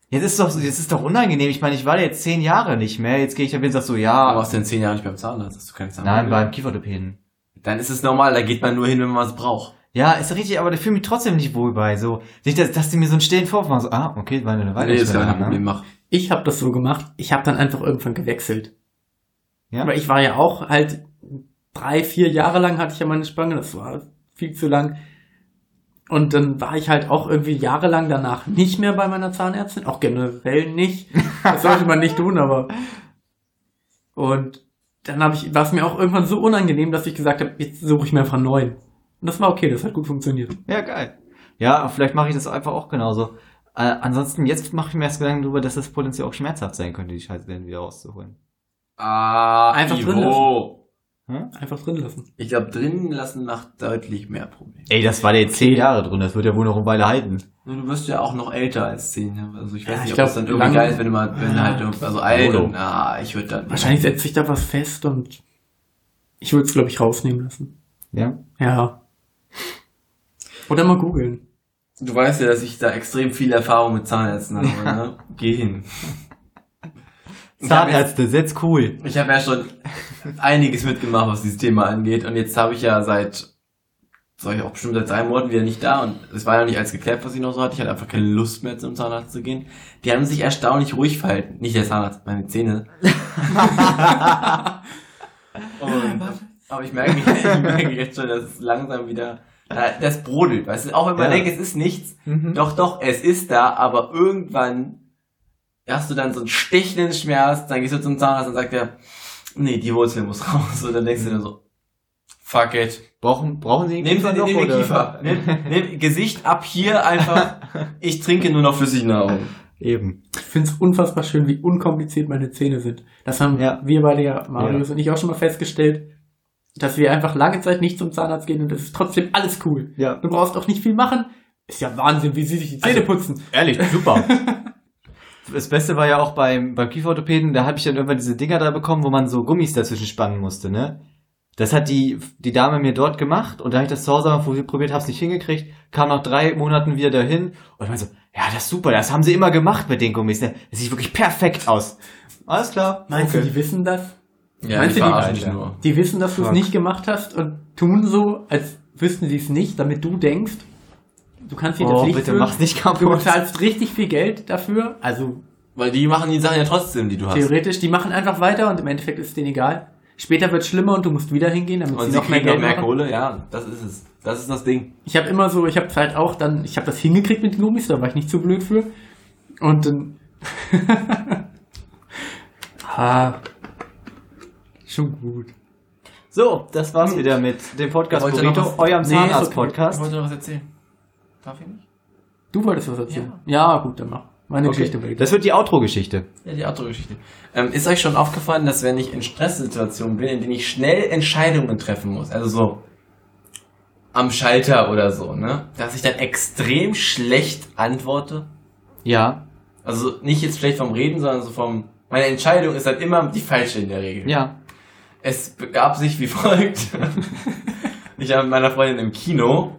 S2: Jetzt ist doch, so- jetzt ist doch unangenehm. Ich meine, ich war da jetzt zehn Jahre nicht mehr. Jetzt gehe ich da hin und sag so,
S1: Aber
S2: ja,
S1: aus den zehn Jahren nicht beim Zahnarzt, hast du keine Zahnarzt.
S2: nein, beim Kieferorthopäden.
S1: Dann ist es normal, da geht man nur hin, wenn man es braucht.
S2: Ja, ist richtig, aber da fühle ich mich trotzdem nicht wohl bei. So, nicht, dass, dass die mir so einen stillen Vorwurf machen. So, ah, okay, war eine Weile.
S1: Nee, ist
S2: nicht mehr
S1: gar kein
S2: da, ne?
S1: Problem, mach.
S3: Ich habe das so gemacht. Ich habe dann einfach irgendwann gewechselt.
S2: Ja.
S3: Weil ich war ja auch halt drei, vier Jahre lang hatte ich ja meine Spange. Das war viel zu lang. Und dann war ich halt auch irgendwie jahrelang danach nicht mehr bei meiner Zahnärztin. Auch generell nicht. Das sollte man nicht tun, aber. Und dann habe ich, war es mir auch irgendwann so unangenehm, dass ich gesagt habe, jetzt suche ich mir einfach einen neuen. Und das war okay, das hat gut funktioniert.
S2: Ja, geil. Ja, vielleicht mache ich das einfach auch genauso. Äh, ansonsten, jetzt mache ich mir erst Gedanken darüber, dass das potenziell auch schmerzhaft sein könnte, die Scheiße dann wieder rauszuholen.
S1: Ah,
S3: Einfach drin
S1: Ivo.
S3: Einfach drin lassen.
S1: Ich glaube, drinnen lassen macht deutlich mehr Probleme.
S2: Ey, das war der jetzt zehn Jahre drin, das wird ja wohl noch eine Weile halten.
S1: Nur Du wirst ja auch noch älter als zehn Jahre. Also ich weiß
S3: Ja,
S1: nicht,
S3: ich
S1: ob
S3: glaub,
S1: das dann irgendwie
S3: lang-
S1: geil ist, wenn du mal, wenn du halt irgendwie, also alt
S2: Jolo.
S1: und, na, ich würde dann.
S3: Wahrscheinlich setzt sich da was fest und ich würde es, glaube ich, rausnehmen lassen.
S2: Ja.
S3: Ja. Oder mal googeln.
S1: Du weißt ja, dass ich da extrem viel Erfahrung mit Zahnärzten habe, ne? Geh hin. Ich hab jetzt-
S2: Zahnärzte, setz cool.
S1: Ich habe ja schon einiges mitgemacht, was dieses Thema angeht. Und jetzt habe ich ja seit, sag ich auch bestimmt seit drei Monaten wieder nicht da. Und es war ja noch nicht alles geklärt, was ich noch so hatte. Ich hatte einfach keine Lust mehr, zum Zahnarzt zu gehen. Die haben sich erstaunlich ruhig verhalten. Nicht der Zahnarzt, meine Zähne. Und, aber ich merke, ich merke jetzt schon, dass es langsam wieder, äh, das brodelt. Weißt du, auch wenn man
S2: Ja.
S1: denkt, es ist nichts.
S2: Mhm.
S1: Doch, doch, es ist da, aber irgendwann hast du dann so einen stechenden Schmerz, dann gehst du zum Zahnarzt und sagt er, nee, die Wurzel muss raus. Und dann denkst du dir so, fuck it.
S2: Brauchen, brauchen Sie den
S1: Nimm,
S2: Kiefer
S1: den,
S2: noch,
S1: nimm den
S2: oder?
S1: Kiefer. Nimm, nimm, Gesicht ab hier einfach. Ich trinke nur noch flüssige Nahrung.
S2: Eben.
S3: Ich finde es unfassbar schön, wie unkompliziert meine Zähne sind. Das haben
S2: Ja.
S3: wir beide ja, Marius und ich, auch schon mal festgestellt, dass wir einfach lange Zeit nicht zum Zahnarzt gehen und es ist trotzdem alles cool.
S2: Ja.
S3: Du brauchst auch nicht viel machen. Ist ja Wahnsinn, wie sie sich die Zähne
S2: Also-
S3: putzen.
S2: Ehrlich, super. Das Beste war ja auch beim, beim Kieferorthopäden, da habe ich dann irgendwann diese Dinger da bekommen, wo man so Gummis dazwischen spannen musste, ne? Das hat die, die Dame mir dort gemacht und da habe ich das zu Hause mal prob- probiert, habe es nicht hingekriegt, kam nach drei Monaten wieder dahin und ich mein so, ja, das ist super, das haben sie immer gemacht mit den Gummis, ne? Das sieht wirklich perfekt aus. Alles klar.
S3: Meinst du, die wissen das?
S1: Ja,
S3: Meinst
S1: die
S3: du die
S1: verarschen dich
S2: Alter?
S1: nur.
S3: Die wissen, dass du es
S2: Fuck.
S3: nicht gemacht hast und tun so, als wüssten sie es nicht, damit du denkst, du kannst dir
S2: Oh,
S3: das nicht
S2: bitte
S3: führen.
S2: mach's nicht
S3: Du
S2: kaputt.
S3: bezahlst richtig viel Geld dafür, also
S1: Weil die machen die Sachen ja trotzdem, die du hast.
S3: Theoretisch, die machen einfach weiter und im Endeffekt ist denen egal. Später wird schlimmer und du musst wieder hingehen, damit
S1: Und
S3: sie
S1: sie
S3: noch mehr
S1: kriegen noch
S3: Geld
S1: mehr
S3: machen.
S1: Kohle, ja, das ist es. Das ist das Ding.
S3: Ich habe immer so, ich habe halt auch dann, ich habe das hingekriegt mit den Gummis, da war ich nicht zu blöd für. Und dann... ah, schon gut.
S2: So, das war's wieder mit dem Podcast
S1: Wollt ihr noch
S2: Burrito,
S1: was-
S2: eurem
S3: Nee, ist okay.
S2: Zahnarzt-Podcast.
S1: wollte noch was erzählen. Darf ich nicht?
S3: Du wolltest was erzählen? Ja, gut, dann mach. Meine Geschichte
S2: Okay.
S3: weg.
S2: Das wird die Outro-Geschichte.
S1: Ja, die Outdoor-Geschichte. Ähm, ist euch schon aufgefallen, dass wenn ich in Stresssituationen bin, in denen ich schnell Entscheidungen treffen muss, also so am Schalter oder so, ne, dass ich dann extrem schlecht antworte?
S2: Ja,
S1: Also nicht jetzt schlecht vom Reden, sondern so vom... Meine Entscheidung ist dann immer die falsche in der Regel.
S2: ja.
S1: Es begab sich wie folgt. ich war mit meiner Freundin im Kino.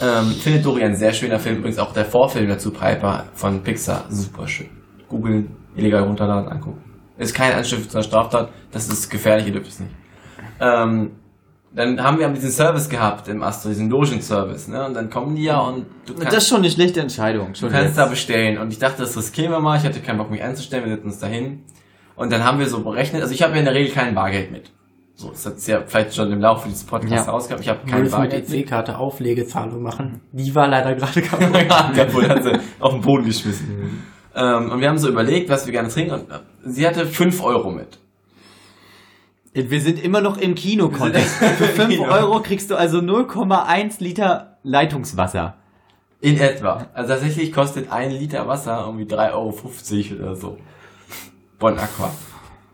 S1: Ähm, findet Dorian sehr schöner Film. Übrigens auch der Vorfilm dazu, Piper von Pixar. Super schön. Googeln, illegal runterladen, angucken. Ist kein Anstiftung zur Straftat. Das ist gefährlich, ihr dürft es nicht. Ähm, Dann haben wir aber diesen Service gehabt im Astro, diesen Logen-Service, ne? Und dann kommen die ja und du kannst,
S2: Das ist schon eine schlechte Entscheidung. Schon
S1: du kannst
S2: jetzt.
S1: da bestellen. Und ich dachte, das riskieren wir mal. Ich hatte keinen Bock, mich einzustellen. Wir setzen uns dahin. Und dann haben wir so berechnet. Also ich habe ja in der Regel kein Bargeld mit. So, das hat's ja vielleicht schon im Laufe dieses Podcasts
S2: Ja.
S1: rausgehabt. Ich habe
S3: Kein
S1: kein
S3: mit
S1: Bargeld mit.
S3: EC-Karte Auflegezahlung machen. Die war leider gerade kaputt.
S1: Der Bull hat sie auf den Boden
S2: Mhm.
S1: geschmissen. ähm, und wir haben so überlegt, was wir gerne trinken. Und äh, sie hatte 5 Euro mit.
S2: Wir sind immer noch im Kino-Kontext. Für 5
S1: Kino.
S2: Euro kriegst du also 0,1 Liter Leitungswasser.
S1: In etwa. Also tatsächlich kostet ein Liter Wasser irgendwie 3,50 Euro oder so. Bon Aqua.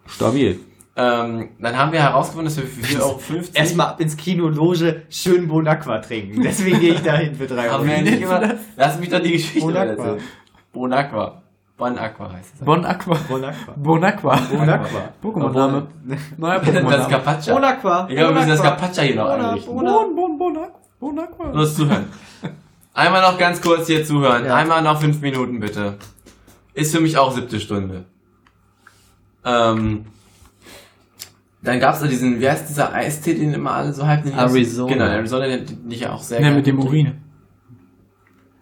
S2: Stabil.
S1: Ähm, dann haben wir herausgefunden, dass wir für 4,50 Euro
S2: Erstmal ab ins Kino, Loge, schön Bon Aqua trinken. Deswegen gehe ich dahin für 3
S1: haben wir ja
S2: Euro.
S1: nicht gemacht. Lass mich doch die Geschichte
S3: Bon Aqua.
S1: erzählen. Bon Aqua. Bon Aqua heißt es.
S3: Bon Aqua.
S2: Bon Aqua.
S3: Bon Aqua. Bon
S1: Aqua.
S3: Pokémon-Name. Neuer
S1: Das
S3: Pokémon-Name.
S1: Carpaccia.
S2: Bon Aqua.
S1: Ich glaube, wir müssen das Carpaccia hier noch einrichten.
S3: Bon, bon, bon Aqua. Bon Aqua.
S1: Los zuhören. Einmal noch ganz kurz hier zuhören.
S2: Ja.
S1: Einmal noch fünf Minuten bitte. Ist für mich auch siebte Stunde. Ähm, dann gab's da diesen, wie heißt dieser Eistee, den immer alle so halb nehmen?
S2: Arizona.
S1: Genau, Arizona, den, den ich ja auch sehr
S3: Ne,
S1: gerne
S3: mit dem
S1: trinke.
S3: Urin.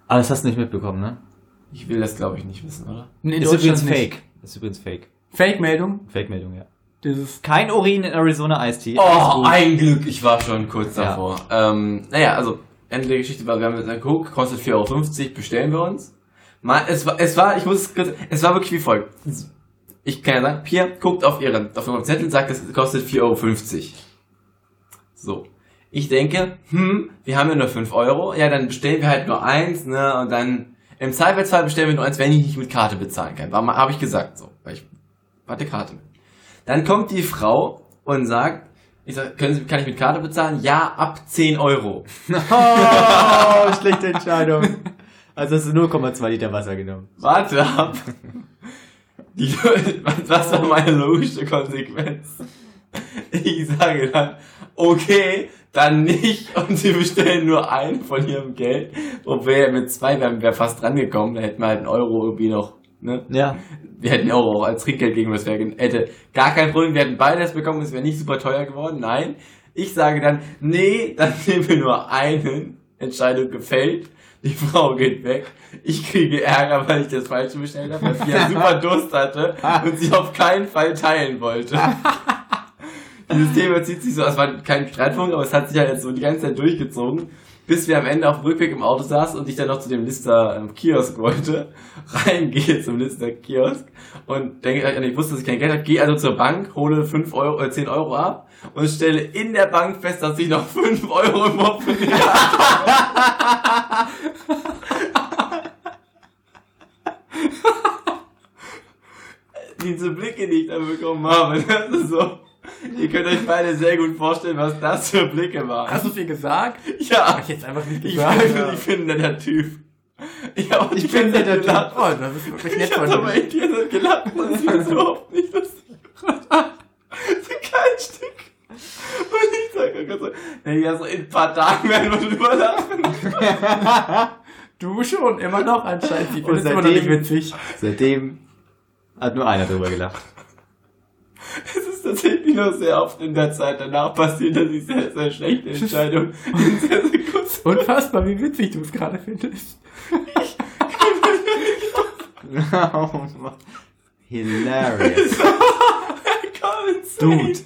S2: Aber das hast du nicht mitbekommen, ne?
S1: Ich will das, glaube ich, nicht wissen, oder?
S3: Nee,
S2: ist übrigens
S3: nicht.
S2: fake. Ist übrigens fake.
S3: Fake-Meldung.
S2: Fake-Meldung, ja.
S3: Dieses
S2: Kein Urin in Arizona Eistee. Alles
S1: Oh,
S2: gut.
S1: ein Glück, ich war schon kurz
S2: Ja.
S1: davor. Ähm, naja, also, Ende der Geschichte war, wir haben gesagt, guck, kostet 4,50 Euro, bestellen wir uns. Mal, es war, es war, ich muss es kurz, es war wirklich wie folgt. Ich kann ja sagen, Pia guckt auf ihren, auf ihren Zettel und sagt, es kostet 4,50 Euro. So. Ich denke, hm, wir haben ja nur 5 Euro, ja, dann bestellen wir halt nur eins, ne, und dann, im Zweifelsfall bestellen wir nur eins, wenn ich nicht mit Karte bezahlen kann. War mal, habe ich gesagt, so, weil ich hatte Karte mit. Dann kommt die Frau und sagt, ich sag, können Sie, kann ich mit Karte bezahlen? Ja, ab 10 Euro.
S2: Oh, schlechte Entscheidung. Also hast du 0,2 Liter Wasser genommen.
S1: Warte ab. Die, was war meine logische Konsequenz? Ich sage dann, okay, dann nicht und sie bestellen nur einen von ihrem Geld. Und wir mit zwei wären wir fast rangekommen, da hätten wir halt einen Euro irgendwie noch, ne?
S2: Ja.
S1: Wir hätten einen Euro auch als Trinkgeld gegen was wir hätte gar kein Problem, wir hätten beides bekommen, es wäre nicht super teuer geworden, nein. Ich sage dann, nee, dann nehmen wir nur einen. Entscheidung gefällt. Die Frau geht weg. Ich kriege Ärger, weil ich das Falsche bestellt habe, weil sie ja super Durst hatte und sie auf keinen Fall teilen wollte. Dieses Thema zieht sich so, es war kein Streitpunkt, aber es hat sich ja jetzt so die ganze Zeit durchgezogen, bis wir am Ende auf dem Rückweg im Auto saßen und ich dann noch zu dem Lister ähm, Kiosk wollte, reingehe zum Lister Kiosk und denke, äh, ich wusste, dass ich kein Geld habe, gehe also zur Bank, hole 5 Euro, äh, 10 Euro ab und stelle in der Bank fest, dass ich noch 5 Euro im Portemonnaie habe. Diese Blicke, die ich da bekommen habe, das ist so. Ihr könnt euch beide sehr gut vorstellen, was das für Blicke waren.
S3: Hast du viel gesagt?
S1: Ja,
S3: Hab ich jetzt einfach nicht
S1: ich,
S3: gesagt.
S1: bin, ich bin ein netter Typ. Ich, hab
S2: Ich bin ein netter Typ.
S1: gelacht.
S3: Oh, das ist wirklich nett
S1: Ich
S3: von
S1: hab aber
S3: dir.
S1: echt hier so gelacht, das ist jetzt überhaupt nicht lustig. Kein Stück. Und ich sage ganz so, nee, ja, so in ein paar Tagen werden wir drüber lachen.
S3: Du schon, immer noch anscheinend. Die
S2: Und
S3: findest du immer noch nicht
S2: seitdem-
S3: witzig.
S2: Seitdem hat nur einer drüber gelacht.
S1: Es ist tatsächlich nur sehr oft in der Zeit danach passiert, dass ich sehr, sehr schlechte Entscheidungen in sehr, sehr kurz.
S3: Unfassbar, wie witzig du es gerade findest.
S2: Hilarious.
S1: Dude.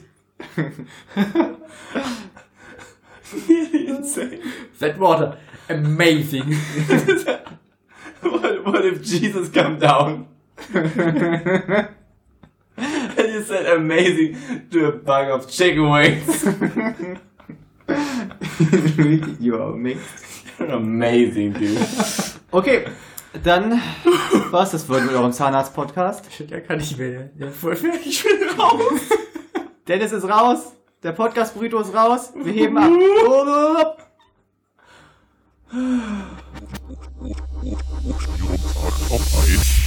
S1: Nearly insane.
S3: That water. Amazing.
S1: What, what if Jesus come down? and you said amazing to a bag of chicken wings.
S2: you are amazing.
S1: amazing, dude.
S2: Okay, dann war's das wohl mit eurem Zahnarzt-Podcast.
S3: Shit, ja, kann ich mehr. Ja, voll fertig.
S1: Ich bin raus.
S2: Dennis ist raus, der Podcast-Burrito ist raus, wir heben ab.
S5: Auf Eis.